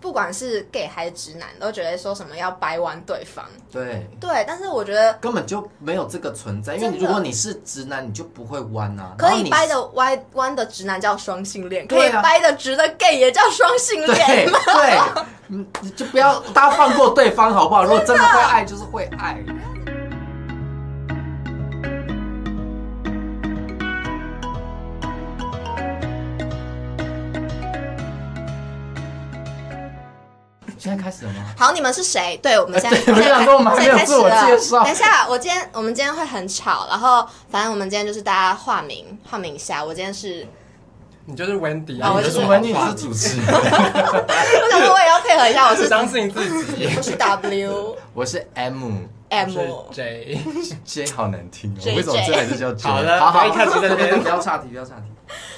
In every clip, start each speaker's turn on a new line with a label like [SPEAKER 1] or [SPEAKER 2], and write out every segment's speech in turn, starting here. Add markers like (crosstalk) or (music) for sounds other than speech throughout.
[SPEAKER 1] 不管是 gay 还是直男，都觉得说什么要掰弯对方。
[SPEAKER 2] 对，
[SPEAKER 1] 对，但是我觉得
[SPEAKER 2] 根本就没有这个存在，因为
[SPEAKER 1] 真的
[SPEAKER 2] 如果你是直男，你就不会弯啊。
[SPEAKER 1] 可
[SPEAKER 2] 然后
[SPEAKER 1] 以
[SPEAKER 2] 你 (laughs)
[SPEAKER 1] 掰的歪弯的直男叫双性恋，可
[SPEAKER 2] 对
[SPEAKER 1] 以
[SPEAKER 2] 啊
[SPEAKER 1] 掰的直的 gay 也叫双性
[SPEAKER 2] 对
[SPEAKER 1] 恋。
[SPEAKER 2] 对，嗯，就不要大家放过对方好不好？如果真的会爱，就是会爱。现在开始了吗？
[SPEAKER 1] (laughs) 好，你们是谁？对，我们现在
[SPEAKER 2] 对我就想说我们还没有自我介绍
[SPEAKER 1] 等一下，我今天我们今天会很吵，然后反正我们今天就是大家化名化名一下。我今天是，
[SPEAKER 3] 你就是 Wendy
[SPEAKER 1] 啊
[SPEAKER 3] 啊，
[SPEAKER 1] 我
[SPEAKER 3] 你
[SPEAKER 1] 就
[SPEAKER 3] 就是是
[SPEAKER 2] 我你是主持人，
[SPEAKER 1] 我想说我也要配合一下，我
[SPEAKER 3] 只
[SPEAKER 1] 是
[SPEAKER 3] 相信自己。
[SPEAKER 1] 我是 W
[SPEAKER 2] (laughs) 我是 M
[SPEAKER 1] M，
[SPEAKER 3] 我是 J，
[SPEAKER 2] J，好难听哦
[SPEAKER 1] JJ
[SPEAKER 2] 为什么这还是叫 J？
[SPEAKER 3] 好了
[SPEAKER 2] 好好，
[SPEAKER 3] 不要一开始在那
[SPEAKER 2] (laughs)
[SPEAKER 3] 边
[SPEAKER 2] 不要岔题，不要岔题。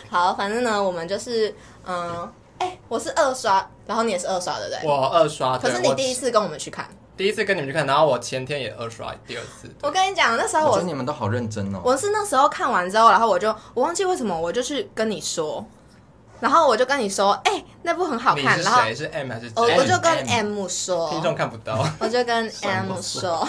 [SPEAKER 1] 好，反正呢，我们就是嗯，哎、我是二刷，然后你也是二刷，对不对？
[SPEAKER 3] 我二刷，
[SPEAKER 1] 啊可
[SPEAKER 3] 对
[SPEAKER 1] 是你
[SPEAKER 3] 我
[SPEAKER 1] 第一次跟我们去看，
[SPEAKER 3] 第一次跟你们去看，然后我前天也二刷第二次。
[SPEAKER 1] 我跟你讲，那时候
[SPEAKER 2] 我
[SPEAKER 1] 我
[SPEAKER 2] 觉得你们都好认真哦。
[SPEAKER 1] 我是那时候看完之后，然后我就我忘记为什么，我就去跟你说，然后我就跟你说，哎、那部很好
[SPEAKER 3] 你
[SPEAKER 1] 看，
[SPEAKER 3] 是
[SPEAKER 1] 然后哦
[SPEAKER 3] 谁？是 M 还是
[SPEAKER 1] 我
[SPEAKER 3] J？
[SPEAKER 1] 我就跟
[SPEAKER 2] M
[SPEAKER 1] M 说，
[SPEAKER 3] 听众看不到，
[SPEAKER 1] 我就跟
[SPEAKER 2] 算
[SPEAKER 1] M
[SPEAKER 2] 了
[SPEAKER 1] 说， (laughs)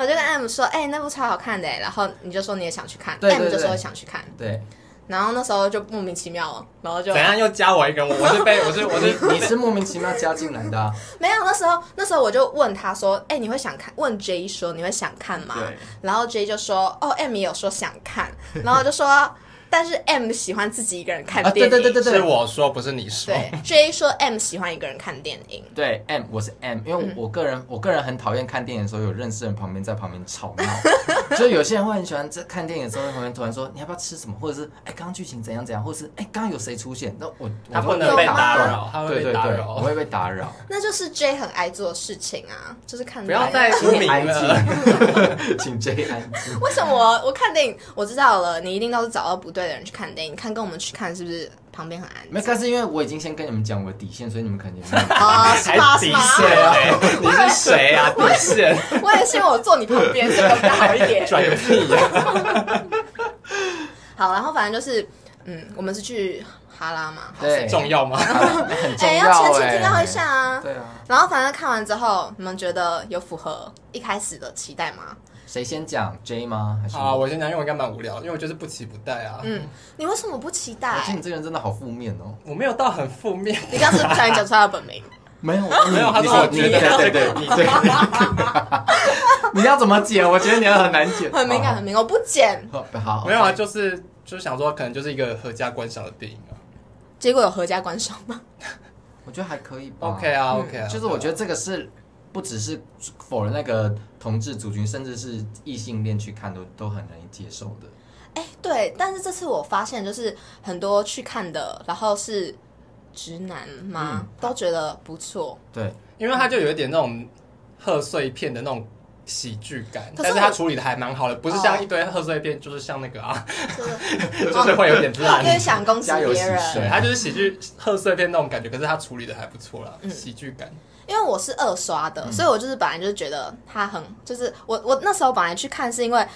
[SPEAKER 1] 我就跟 M 说，哎、那部超好看的、然后你就说你也想去看
[SPEAKER 2] 对对
[SPEAKER 1] m 就
[SPEAKER 2] 对
[SPEAKER 1] 说想去看，
[SPEAKER 2] 对，
[SPEAKER 1] 然后那时候就莫名其妙，然后就
[SPEAKER 3] 怎样又加我一个人？我是被我是我是
[SPEAKER 2] 你你是莫名其妙加进来
[SPEAKER 1] (laughs)
[SPEAKER 2] 的啊。
[SPEAKER 1] 没有，那时候那时候我就问他说，哎、你会想看？问 J 说你会想看吗？
[SPEAKER 3] 对
[SPEAKER 1] 然后 J 就说，哦，M 也有说想看，然后我就说，但是 M 喜欢自己一个人看
[SPEAKER 2] 啊
[SPEAKER 1] 电影，
[SPEAKER 2] 对哦对对
[SPEAKER 3] 是我说，不是你说。
[SPEAKER 1] 对 J 说 M 喜欢一个人看电影，
[SPEAKER 2] 对 M，我是 M，因为我我个人、我个人很讨厌看电影的时候有认识人旁边在旁边吵
[SPEAKER 1] (laughs)
[SPEAKER 2] 闹，就有些人会很喜欢在看电影的时候在旁边突然说你要不要吃什么，或者是哎刚刚剧情怎样怎样，或者是哎刚刚有谁出现，那我
[SPEAKER 3] 他
[SPEAKER 2] 我
[SPEAKER 3] 不
[SPEAKER 2] 会
[SPEAKER 3] 能被
[SPEAKER 2] 打
[SPEAKER 3] 打
[SPEAKER 2] 断
[SPEAKER 3] 扰他会被
[SPEAKER 2] 对对
[SPEAKER 3] 打
[SPEAKER 2] 对，
[SPEAKER 3] 扰
[SPEAKER 2] 我会被打
[SPEAKER 3] (laughs)
[SPEAKER 2] 扰，
[SPEAKER 1] 那就是 J 很爱做的事情啊，就是看
[SPEAKER 3] 不要
[SPEAKER 1] 电
[SPEAKER 3] 再
[SPEAKER 1] 影
[SPEAKER 3] 出名
[SPEAKER 2] 安
[SPEAKER 3] 了。
[SPEAKER 2] 静， (laughs) 请 J 安静。
[SPEAKER 1] 为什么我我看电影？我知道了，你一定都是找到不对的人去看电影。看跟我们去看是不是旁边很安静？
[SPEAKER 2] 没有，但是因为我已经先跟你们讲我的底线，所以你们肯定没有
[SPEAKER 1] 啊，是吗？
[SPEAKER 3] 底
[SPEAKER 1] 是
[SPEAKER 3] 线
[SPEAKER 1] 吗？ (laughs)
[SPEAKER 3] 欸？你是谁啊？底线
[SPEAKER 1] 我也是因为我坐你旁边，所以我比较好一
[SPEAKER 2] (laughs)
[SPEAKER 1] 点。
[SPEAKER 3] 转个屁呀！
[SPEAKER 1] 好，然后反正就是，嗯，我们是去哈拉嘛，好
[SPEAKER 2] 对
[SPEAKER 3] 重要吗？
[SPEAKER 2] 很重
[SPEAKER 1] 哎、
[SPEAKER 2] 要
[SPEAKER 1] 要前情
[SPEAKER 2] 哎
[SPEAKER 1] 提要一下啊。
[SPEAKER 2] 对啊，
[SPEAKER 1] 然后反正看完之后，你们觉得有符合一开始的期待吗？
[SPEAKER 2] 谁先讲 J 吗？还是
[SPEAKER 3] 啊，我先讲，因为我应该蛮无聊，因为我就是不期不待啊。嗯，
[SPEAKER 1] 嗯，你为什么不期
[SPEAKER 2] 我觉得
[SPEAKER 1] 待
[SPEAKER 2] 你？这个人真的好负面哦。
[SPEAKER 3] 我没有到很负面，
[SPEAKER 1] 你刚是不小心讲出他的本
[SPEAKER 2] (laughs)
[SPEAKER 1] 名，
[SPEAKER 2] 没
[SPEAKER 3] (laughs)
[SPEAKER 2] 有，
[SPEAKER 3] 没有，他
[SPEAKER 2] 你
[SPEAKER 3] 说我
[SPEAKER 2] 你
[SPEAKER 3] 觉得
[SPEAKER 2] 对对
[SPEAKER 3] 这
[SPEAKER 2] 对
[SPEAKER 3] 个，你 (laughs) 这个
[SPEAKER 2] 你要怎么剪？我觉得你要很难剪，
[SPEAKER 1] 很敏感，很敏感，我不剪。
[SPEAKER 2] 好。好，好
[SPEAKER 3] 没有啊，，就是就是想说，可能就是一个合家观赏的电影啊。
[SPEAKER 1] 结果有合家观赏吗？ (laughs)
[SPEAKER 2] 我觉得还可以
[SPEAKER 1] 哦
[SPEAKER 2] 吧。
[SPEAKER 3] OK
[SPEAKER 1] 嗯
[SPEAKER 3] 啊，OK 啊，
[SPEAKER 2] 就是我觉
[SPEAKER 3] 得
[SPEAKER 2] 得这个是不只是否那个同志族群，甚至是异性恋去看都都很容易接受的。
[SPEAKER 1] 哎、对，但是这次我发现，就是很多去看的，然后是直男嘛，
[SPEAKER 2] 嗯
[SPEAKER 1] 都觉得不错。
[SPEAKER 2] 对，
[SPEAKER 3] 因为它就有一点那种贺岁片的那种喜剧感，
[SPEAKER 1] 可是
[SPEAKER 3] 但
[SPEAKER 1] 我
[SPEAKER 3] 是它处理的还蛮好的，不是像一堆贺岁片，就是像那个啊，
[SPEAKER 2] (laughs)
[SPEAKER 1] 就是
[SPEAKER 3] 就是会有点烂
[SPEAKER 1] 因。为哦想攻击
[SPEAKER 2] 加油
[SPEAKER 1] 别
[SPEAKER 2] 牺
[SPEAKER 1] 人
[SPEAKER 2] 牲，
[SPEAKER 3] 对，它就是喜剧贺岁片那种感觉，可是它处理的还不错啦，
[SPEAKER 1] 嗯
[SPEAKER 3] 喜剧
[SPEAKER 1] (laughs)
[SPEAKER 3] 感。
[SPEAKER 1] 因为我是二刷
[SPEAKER 2] 嗯
[SPEAKER 1] 的，所以我就是本来就是觉得他很，就是我我那时候本来去看是因为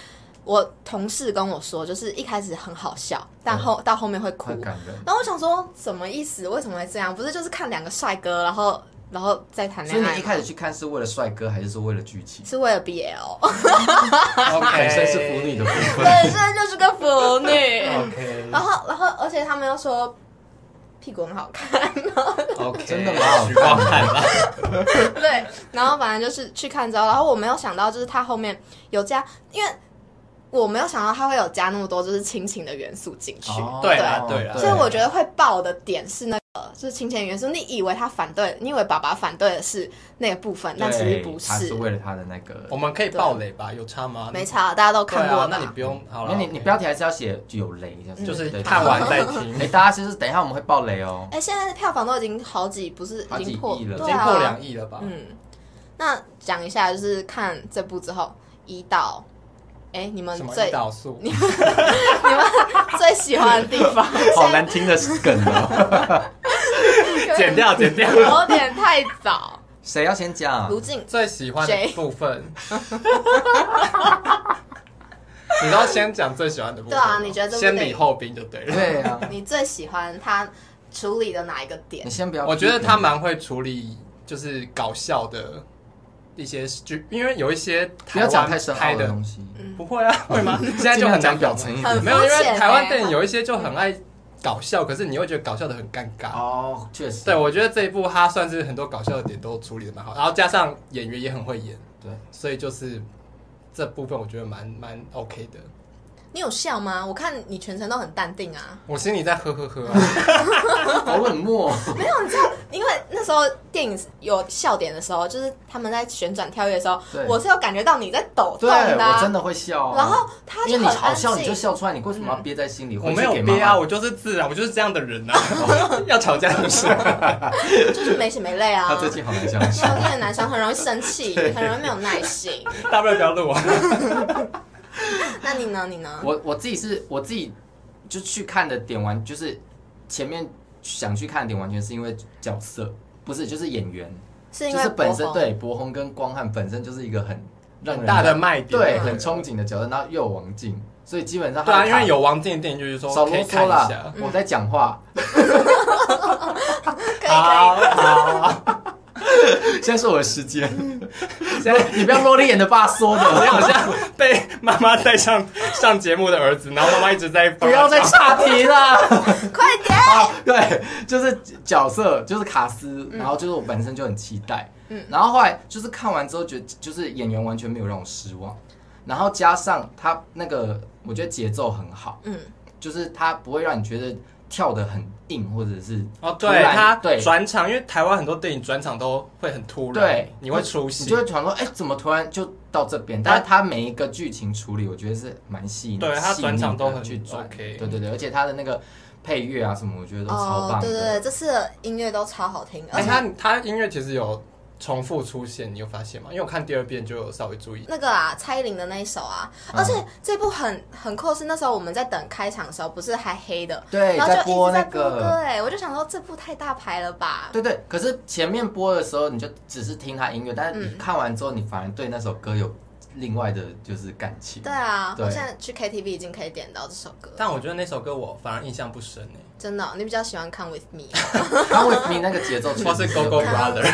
[SPEAKER 1] 我同事跟我说，就是一开始很好笑，但后、到后面会哭
[SPEAKER 2] 快。嗯感人。
[SPEAKER 1] 然后我想说什么意思？为什么会这样？不是就是看两个帅哥，然后然后再谈
[SPEAKER 2] 所以
[SPEAKER 1] 恋爱
[SPEAKER 2] 你一
[SPEAKER 1] 吗？
[SPEAKER 2] 开始去看是为了帅哥，还是说为了剧情？
[SPEAKER 1] 是为了
[SPEAKER 2] (laughs)
[SPEAKER 1] BL，哎
[SPEAKER 3] OK，
[SPEAKER 2] 本身是腐女的部
[SPEAKER 1] (laughs)
[SPEAKER 2] 分。
[SPEAKER 1] 本身就是个腐女。
[SPEAKER 2] 哦
[SPEAKER 3] OK
[SPEAKER 1] 然后，然后，而且他们又说屁股很好看，
[SPEAKER 3] OK，
[SPEAKER 2] (laughs) 真的蛮好看的
[SPEAKER 3] 看了。
[SPEAKER 1] 对。然后反正就是去看之后，然后我没有想到，就是他后面有加，因为我没有想到他会有加那么多就是亲情的元素进去，
[SPEAKER 2] 哦
[SPEAKER 3] 对啦对啦
[SPEAKER 1] 所以我觉得会爆的点是那个就是亲情的元素。你以为他反对，你以为爸爸反对的是那个部分，但其实
[SPEAKER 2] 对
[SPEAKER 1] 不
[SPEAKER 2] 他
[SPEAKER 1] 是，
[SPEAKER 2] 是为了他的那个
[SPEAKER 3] 我。们可以爆雷吧？有差吗？
[SPEAKER 1] 没差，大家都
[SPEAKER 3] 对
[SPEAKER 1] 看过
[SPEAKER 3] 啊
[SPEAKER 1] 了，，
[SPEAKER 3] 那你不用好了。
[SPEAKER 2] 那你
[SPEAKER 3] OK
[SPEAKER 2] 你标题还是要写有雷，
[SPEAKER 3] 就是
[SPEAKER 1] 嗯
[SPEAKER 2] 对
[SPEAKER 3] 看完再听
[SPEAKER 2] 哎，大家其实等一下我们会爆
[SPEAKER 1] (laughs)
[SPEAKER 2] 雷哦。
[SPEAKER 1] 哎、现在的票房都已经好几，不是
[SPEAKER 2] 好
[SPEAKER 1] 已
[SPEAKER 2] 几
[SPEAKER 1] 经破，
[SPEAKER 2] 亿
[SPEAKER 1] (laughs)
[SPEAKER 2] 了
[SPEAKER 3] 已
[SPEAKER 1] 对
[SPEAKER 3] 经
[SPEAKER 1] 啊，
[SPEAKER 3] 破两亿了吧？
[SPEAKER 1] 嗯，那讲一下，就是看这部之后，一到哎、你们
[SPEAKER 3] 什么
[SPEAKER 1] 最
[SPEAKER 3] 胰岛素？
[SPEAKER 1] 你们最喜欢的地方，
[SPEAKER 2] (laughs) 好难听的梗哦。
[SPEAKER 3] (laughs) 剪掉，剪掉。
[SPEAKER 1] 有点太早。
[SPEAKER 2] 谁要先讲？
[SPEAKER 1] 卢静，
[SPEAKER 3] 最喜欢的
[SPEAKER 1] 谁
[SPEAKER 3] 部分，你要先讲最喜欢的部分吗。
[SPEAKER 1] 对啊你觉得这部
[SPEAKER 3] 先
[SPEAKER 1] 电
[SPEAKER 3] 礼
[SPEAKER 1] 影 (laughs)
[SPEAKER 3] 后兵就对了。
[SPEAKER 2] 对啊，
[SPEAKER 1] 你最喜欢他处理的哪一个点
[SPEAKER 2] 你？先不要，
[SPEAKER 3] 我觉得他蛮会处理，就是搞笑的一些剧，因为有一些
[SPEAKER 2] 不
[SPEAKER 3] 台
[SPEAKER 2] 要讲
[SPEAKER 3] 湾
[SPEAKER 2] 太深
[SPEAKER 3] 拍
[SPEAKER 2] 奥的
[SPEAKER 3] 的
[SPEAKER 2] 东西，
[SPEAKER 3] 不会啊，
[SPEAKER 2] (laughs)
[SPEAKER 3] 会吗？现在就很难
[SPEAKER 2] 讲
[SPEAKER 3] 表
[SPEAKER 2] 表
[SPEAKER 3] 达
[SPEAKER 2] 层一
[SPEAKER 1] 很
[SPEAKER 2] 点。
[SPEAKER 1] 肤
[SPEAKER 3] 没有，因为
[SPEAKER 1] 浅
[SPEAKER 3] 台湾
[SPEAKER 1] 欸
[SPEAKER 3] 电影有一些就很爱搞笑，可是你会觉得搞笑的很尴尬。
[SPEAKER 2] 哦，确实，
[SPEAKER 3] 对，我觉得这一部它算是很多搞笑的点都处理的蛮好，然后加上演员也很会演，
[SPEAKER 2] 对，
[SPEAKER 3] 所以就是这部分我觉得蛮蛮 OK 的。
[SPEAKER 1] 你有笑吗？我看你全程都很淡定啊。
[SPEAKER 3] 我心里在呵呵呵、 (laughs) 啊，
[SPEAKER 2] 好
[SPEAKER 1] (laughs)
[SPEAKER 2] 冷漠。
[SPEAKER 1] 没有，你知道，因为那时候电影有笑点的时候，就是他们在旋转跳跃的时候
[SPEAKER 2] 对，
[SPEAKER 1] 我是有感觉到你在抖动
[SPEAKER 2] 对，
[SPEAKER 1] 的、啊
[SPEAKER 2] 我。真的会笑啊。
[SPEAKER 1] 然后他
[SPEAKER 2] 因为
[SPEAKER 1] 就
[SPEAKER 2] 你
[SPEAKER 1] 很
[SPEAKER 2] 好
[SPEAKER 1] 安
[SPEAKER 2] 笑你就
[SPEAKER 1] 静，
[SPEAKER 2] 笑出来，你为什么要憋在心里？
[SPEAKER 3] 我
[SPEAKER 2] 回去
[SPEAKER 3] 没有
[SPEAKER 2] 给妈
[SPEAKER 3] 憋
[SPEAKER 2] 妈
[SPEAKER 3] 啊，我就是自然，我就是这样的
[SPEAKER 2] (laughs)
[SPEAKER 3] 人啊。要吵架就是， (laughs)
[SPEAKER 1] 就是没血没泪啊
[SPEAKER 2] 他。最近好难相处。
[SPEAKER 1] 夏天的男生很容易生气，很容易没有耐心。
[SPEAKER 3] 大不了不要录啊。
[SPEAKER 1] 那你呢？你呢？
[SPEAKER 2] 我我自己是我自己就去看的点完，就是前面想去看的点完全是因为角色，不是就是演员，
[SPEAKER 1] 是因
[SPEAKER 2] 就
[SPEAKER 1] 为
[SPEAKER 2] 是本
[SPEAKER 1] 国
[SPEAKER 2] 身
[SPEAKER 1] 红
[SPEAKER 2] 对柏宏跟光汉本身就是一个很让
[SPEAKER 3] 很
[SPEAKER 2] 人
[SPEAKER 3] 大的卖点，
[SPEAKER 2] 对
[SPEAKER 1] 嗯
[SPEAKER 2] 很憧憬的角色，然后又有王静，所以基本上
[SPEAKER 3] 对
[SPEAKER 2] 他
[SPEAKER 3] 啊，
[SPEAKER 2] 的
[SPEAKER 3] 因
[SPEAKER 2] 卡
[SPEAKER 3] 为有王静的电影就是说
[SPEAKER 2] 少
[SPEAKER 3] 可
[SPEAKER 2] 啰
[SPEAKER 3] 以看
[SPEAKER 2] 嗦
[SPEAKER 3] 一
[SPEAKER 2] 啦
[SPEAKER 3] 下。，
[SPEAKER 2] 我在讲话，
[SPEAKER 1] 可以可
[SPEAKER 3] 好好，
[SPEAKER 2] 现在是我的时间，
[SPEAKER 3] 现在
[SPEAKER 2] 你不要啰里眼的爸说
[SPEAKER 3] 你
[SPEAKER 2] 的，
[SPEAKER 3] 好像被妈妈带上上节目的儿子，然后妈妈一直在
[SPEAKER 2] 不要再
[SPEAKER 3] 讲
[SPEAKER 2] 岔题了。
[SPEAKER 1] 以， (laughs) 快点！
[SPEAKER 2] 啊，对，就是角色就是卡斯，然后就是我本身就很期待，嗯
[SPEAKER 1] 嗯，
[SPEAKER 2] 然后后来就是看完之后觉得就是演员完全没有让我失望，然后加上他那个我觉得节奏很好，
[SPEAKER 1] 嗯，
[SPEAKER 2] 就是他不会让你觉得跳得很硬或者是
[SPEAKER 3] 哦，
[SPEAKER 2] 突
[SPEAKER 3] 对
[SPEAKER 2] 然
[SPEAKER 3] 他
[SPEAKER 2] 对
[SPEAKER 3] 转场，因为台湾很多电影转场都会很突然，
[SPEAKER 2] 对，
[SPEAKER 3] 你会出
[SPEAKER 2] 你
[SPEAKER 3] 戏
[SPEAKER 2] 就，会想说，哎、怎么突然就到这边？但是他每一个剧情处理，我觉得是蛮细腻，
[SPEAKER 3] 对他
[SPEAKER 2] 细
[SPEAKER 3] 转场
[SPEAKER 2] 腻
[SPEAKER 3] 都
[SPEAKER 2] 地
[SPEAKER 3] 很
[SPEAKER 2] 去转
[SPEAKER 3] OK
[SPEAKER 2] 对对对，而且他的那个配乐啊什么，我觉得都超
[SPEAKER 1] 哦
[SPEAKER 2] 棒，的，
[SPEAKER 1] 对对对，这次的音乐都超好听，而
[SPEAKER 3] 哎，
[SPEAKER 1] 且
[SPEAKER 3] 他他音乐其实有重复出现，你有发现吗？因为我看第二遍就有稍微注意，
[SPEAKER 1] 那个啊，蔡依林的那一首啊，
[SPEAKER 2] 嗯
[SPEAKER 1] 而且这部很很酷，是那时候我们在等开场的时候，不是还黑的，
[SPEAKER 2] 对
[SPEAKER 1] 然后就
[SPEAKER 2] 在
[SPEAKER 1] 一
[SPEAKER 2] 播
[SPEAKER 1] 直在
[SPEAKER 2] 那
[SPEAKER 1] 播
[SPEAKER 2] 个
[SPEAKER 1] 歌，哎，我就想说这部太大牌了吧，
[SPEAKER 2] 对对，可是前面播的时候你就只是听他音乐，但是你
[SPEAKER 1] 嗯
[SPEAKER 2] 看完之后，你反而对那首歌有另外的就是感情。
[SPEAKER 1] 对啊，
[SPEAKER 2] 对
[SPEAKER 1] 我现在去 KTV 已经可以点到这首歌，
[SPEAKER 3] 但我觉得那首歌我反而印象不深欸诶，
[SPEAKER 1] 真的哦、你比较喜欢看 With Me，
[SPEAKER 2] 然后你那个节奏确
[SPEAKER 3] 或
[SPEAKER 2] 实
[SPEAKER 3] 是
[SPEAKER 2] 是
[SPEAKER 3] Go
[SPEAKER 2] 有
[SPEAKER 3] Go
[SPEAKER 1] (laughs)
[SPEAKER 3] Brother，
[SPEAKER 1] 《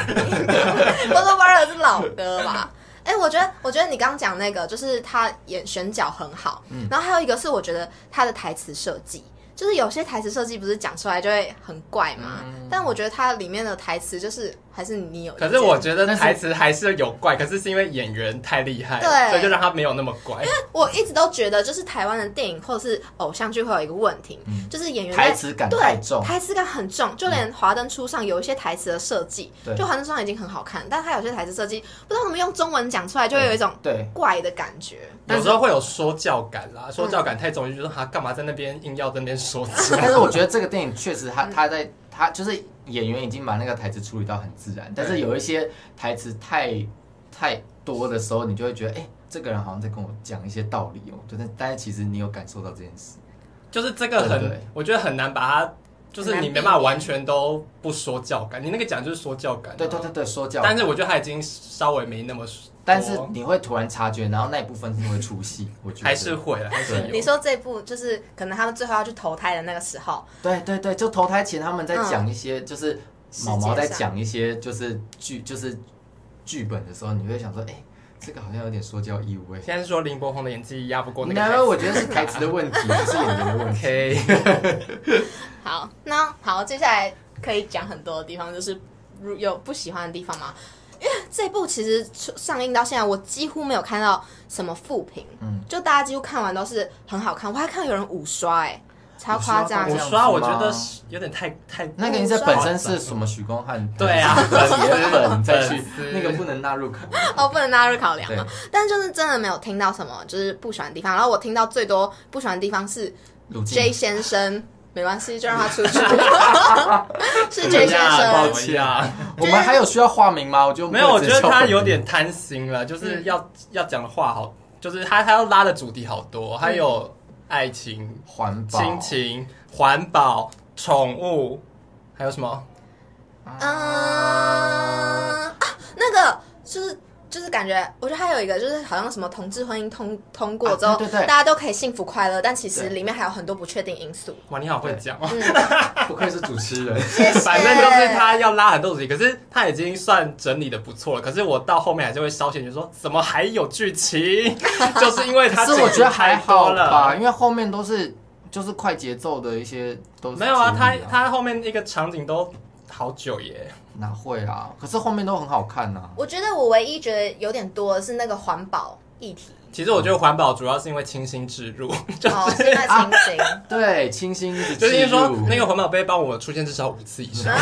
[SPEAKER 1] Bozo b r 是老歌吧？ (laughs) 哎、我觉得，我觉得你刚刚讲那个，就是他演选角很好，
[SPEAKER 2] 嗯
[SPEAKER 1] 然后还有一个是我觉得他的台词设计，就是有些台词设计不是讲出来就会很怪嘛，但我觉得它里面的台词就是还是你有意
[SPEAKER 3] (laughs) 可
[SPEAKER 1] 见，
[SPEAKER 3] 是我觉得
[SPEAKER 2] 嗯但是
[SPEAKER 3] 台词还是有怪，可是是因为演员太厉害，
[SPEAKER 1] 对
[SPEAKER 3] 所以就让他没有那么怪。
[SPEAKER 1] 我一直都觉得，就是台湾的电影或者是偶像剧会有一个问题，就是演员在
[SPEAKER 2] 嗯台词感太重嗯
[SPEAKER 1] 对，台词感很重，就连《华灯初上》有一些台词的设计，
[SPEAKER 2] 对
[SPEAKER 1] 就《华灯初上》已经很好看，但它有些台词设计不知道怎么用中文讲出来，就会有一种
[SPEAKER 2] 对，
[SPEAKER 1] 怪的感觉。
[SPEAKER 3] 有时候会有说教感啦，说教感太重，就觉得他干嘛在那边硬要在那边说教？
[SPEAKER 2] (laughs) 但是我觉得这个电影确实他，他在他就是演员已经把那个台词处理到很自然，但是有一些台词太太多的时候，你就会觉得，哎、这个人好像在跟我讲一些道理哦。但是但是其实你有感受到这件事，
[SPEAKER 3] (laughs) 就是这个
[SPEAKER 2] 对
[SPEAKER 3] 很
[SPEAKER 2] 对，
[SPEAKER 3] 我觉得很难把它，就是你没办法完全都不说教感，你那个讲就是说教感、啊
[SPEAKER 2] 对对对。对，说教，
[SPEAKER 3] 但是我觉得他已经稍微没那么多，
[SPEAKER 2] 但是你会突然察觉，然后那一部分是会出戏，我觉得
[SPEAKER 3] 还是会啊啦，还是
[SPEAKER 1] 你
[SPEAKER 3] 有。
[SPEAKER 1] 说这部就是可能他们最后要去投胎的那个时候，
[SPEAKER 2] 对对对，就投胎前他们在讲一些，就是毛毛在
[SPEAKER 1] 世界上
[SPEAKER 2] 讲一些就是剧就是剧本的时候，你会想说，哎、这个好像有点说教意味。
[SPEAKER 3] 现在是说林柏宏的演技压不过那个台
[SPEAKER 2] 那
[SPEAKER 3] 词。
[SPEAKER 2] 我觉得是台词的问
[SPEAKER 3] (laughs)
[SPEAKER 2] 题，不是演员的问题。 (laughs)
[SPEAKER 3] OK，
[SPEAKER 1] 好，那好，接下来可以讲很多的地方，就是如有不喜欢的地方吗？因为这部其实出上映到现在，我几乎没有看到什么负评，
[SPEAKER 2] 嗯
[SPEAKER 1] 就大家几乎看完都是很好看，我还看有人五刷、哎，超夸张
[SPEAKER 2] 五
[SPEAKER 3] 我
[SPEAKER 1] 的。
[SPEAKER 2] 吗
[SPEAKER 3] 刷我觉得是有点太太
[SPEAKER 2] 那个你这本身是什么许光汉？
[SPEAKER 3] 对啊
[SPEAKER 2] 铁粉再去
[SPEAKER 3] 粉丝
[SPEAKER 2] 那个不能纳入考虑。
[SPEAKER 1] 哦，不能纳入考量
[SPEAKER 2] 对
[SPEAKER 1] 嘛。，但就是真的没有听到什么就是不喜欢的地方，然后我听到最多不喜欢的地方是
[SPEAKER 2] 鲁
[SPEAKER 1] J
[SPEAKER 2] 静
[SPEAKER 1] 先生，没关系，就让他出
[SPEAKER 2] (laughs)
[SPEAKER 1] 去。是 J
[SPEAKER 3] 对
[SPEAKER 1] 先
[SPEAKER 3] 呀，
[SPEAKER 1] 生
[SPEAKER 3] 抱，歉啊，
[SPEAKER 2] 我们还有需要化名吗？我嗯就
[SPEAKER 3] 没有，我觉得他有点贪心了，就是要、要讲的话好，就是他他要拉的主题好多，
[SPEAKER 2] 嗯
[SPEAKER 3] 还有爱情、
[SPEAKER 2] 环保
[SPEAKER 3] 亲情、环保、宠物，还有什么？
[SPEAKER 1] 啊嗯、啊，那个就是就是感觉，我觉得还有一个就是好像什么同志婚姻通通过之后，
[SPEAKER 2] 啊对对对
[SPEAKER 1] 大家都可以幸福快乐，但其实
[SPEAKER 2] 对
[SPEAKER 1] 里面还有很多不确定因素。
[SPEAKER 3] 哇，你好会讲哦。
[SPEAKER 2] 不愧是主持人，
[SPEAKER 1] (laughs)
[SPEAKER 3] 反正就是他要拉很多主题，可是他已经算整理的不错了。可是我到后面还是会稍显就说，怎么还有剧情？ (laughs) 就是因为他
[SPEAKER 2] 可是我觉得还好
[SPEAKER 3] 剪辑太多
[SPEAKER 2] 吧，
[SPEAKER 3] 了。
[SPEAKER 2] 因为后面都是就是快节奏的一些都是
[SPEAKER 3] 没有啊，
[SPEAKER 2] 经
[SPEAKER 3] 他
[SPEAKER 2] 历
[SPEAKER 3] 他后面一个场景都好久耶。
[SPEAKER 2] 哪会啊？可是后面都很好看啊呐、
[SPEAKER 1] 我觉得我唯一觉得有点多的是那个环保议题，
[SPEAKER 3] 其实我觉得环保主要是因为清新
[SPEAKER 2] (laughs)
[SPEAKER 3] 置入，就
[SPEAKER 1] 哦，是那情形。
[SPEAKER 2] 对，清新一直
[SPEAKER 3] 就是因为
[SPEAKER 2] 记
[SPEAKER 3] 说
[SPEAKER 2] 录
[SPEAKER 3] 那个环保杯帮我出现至少五次
[SPEAKER 2] (laughs)
[SPEAKER 3] 以上。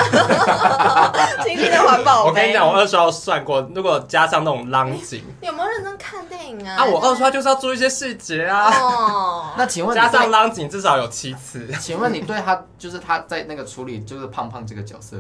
[SPEAKER 1] 清新的环保
[SPEAKER 2] 哦
[SPEAKER 1] 杯。
[SPEAKER 3] 我跟你讲，我二刷算过，如果加上那种浪景
[SPEAKER 1] 有没有认真看电影
[SPEAKER 2] 嗯
[SPEAKER 1] 啊？
[SPEAKER 3] 啊，我二刷就是要注意一些细节啊。
[SPEAKER 1] 哦，
[SPEAKER 2] (laughs) 那请问你
[SPEAKER 3] 加上
[SPEAKER 2] 对，
[SPEAKER 3] 浪景至少有七次。
[SPEAKER 2] (laughs) 请问你对他就是他在那个处理就是胖胖这个角色，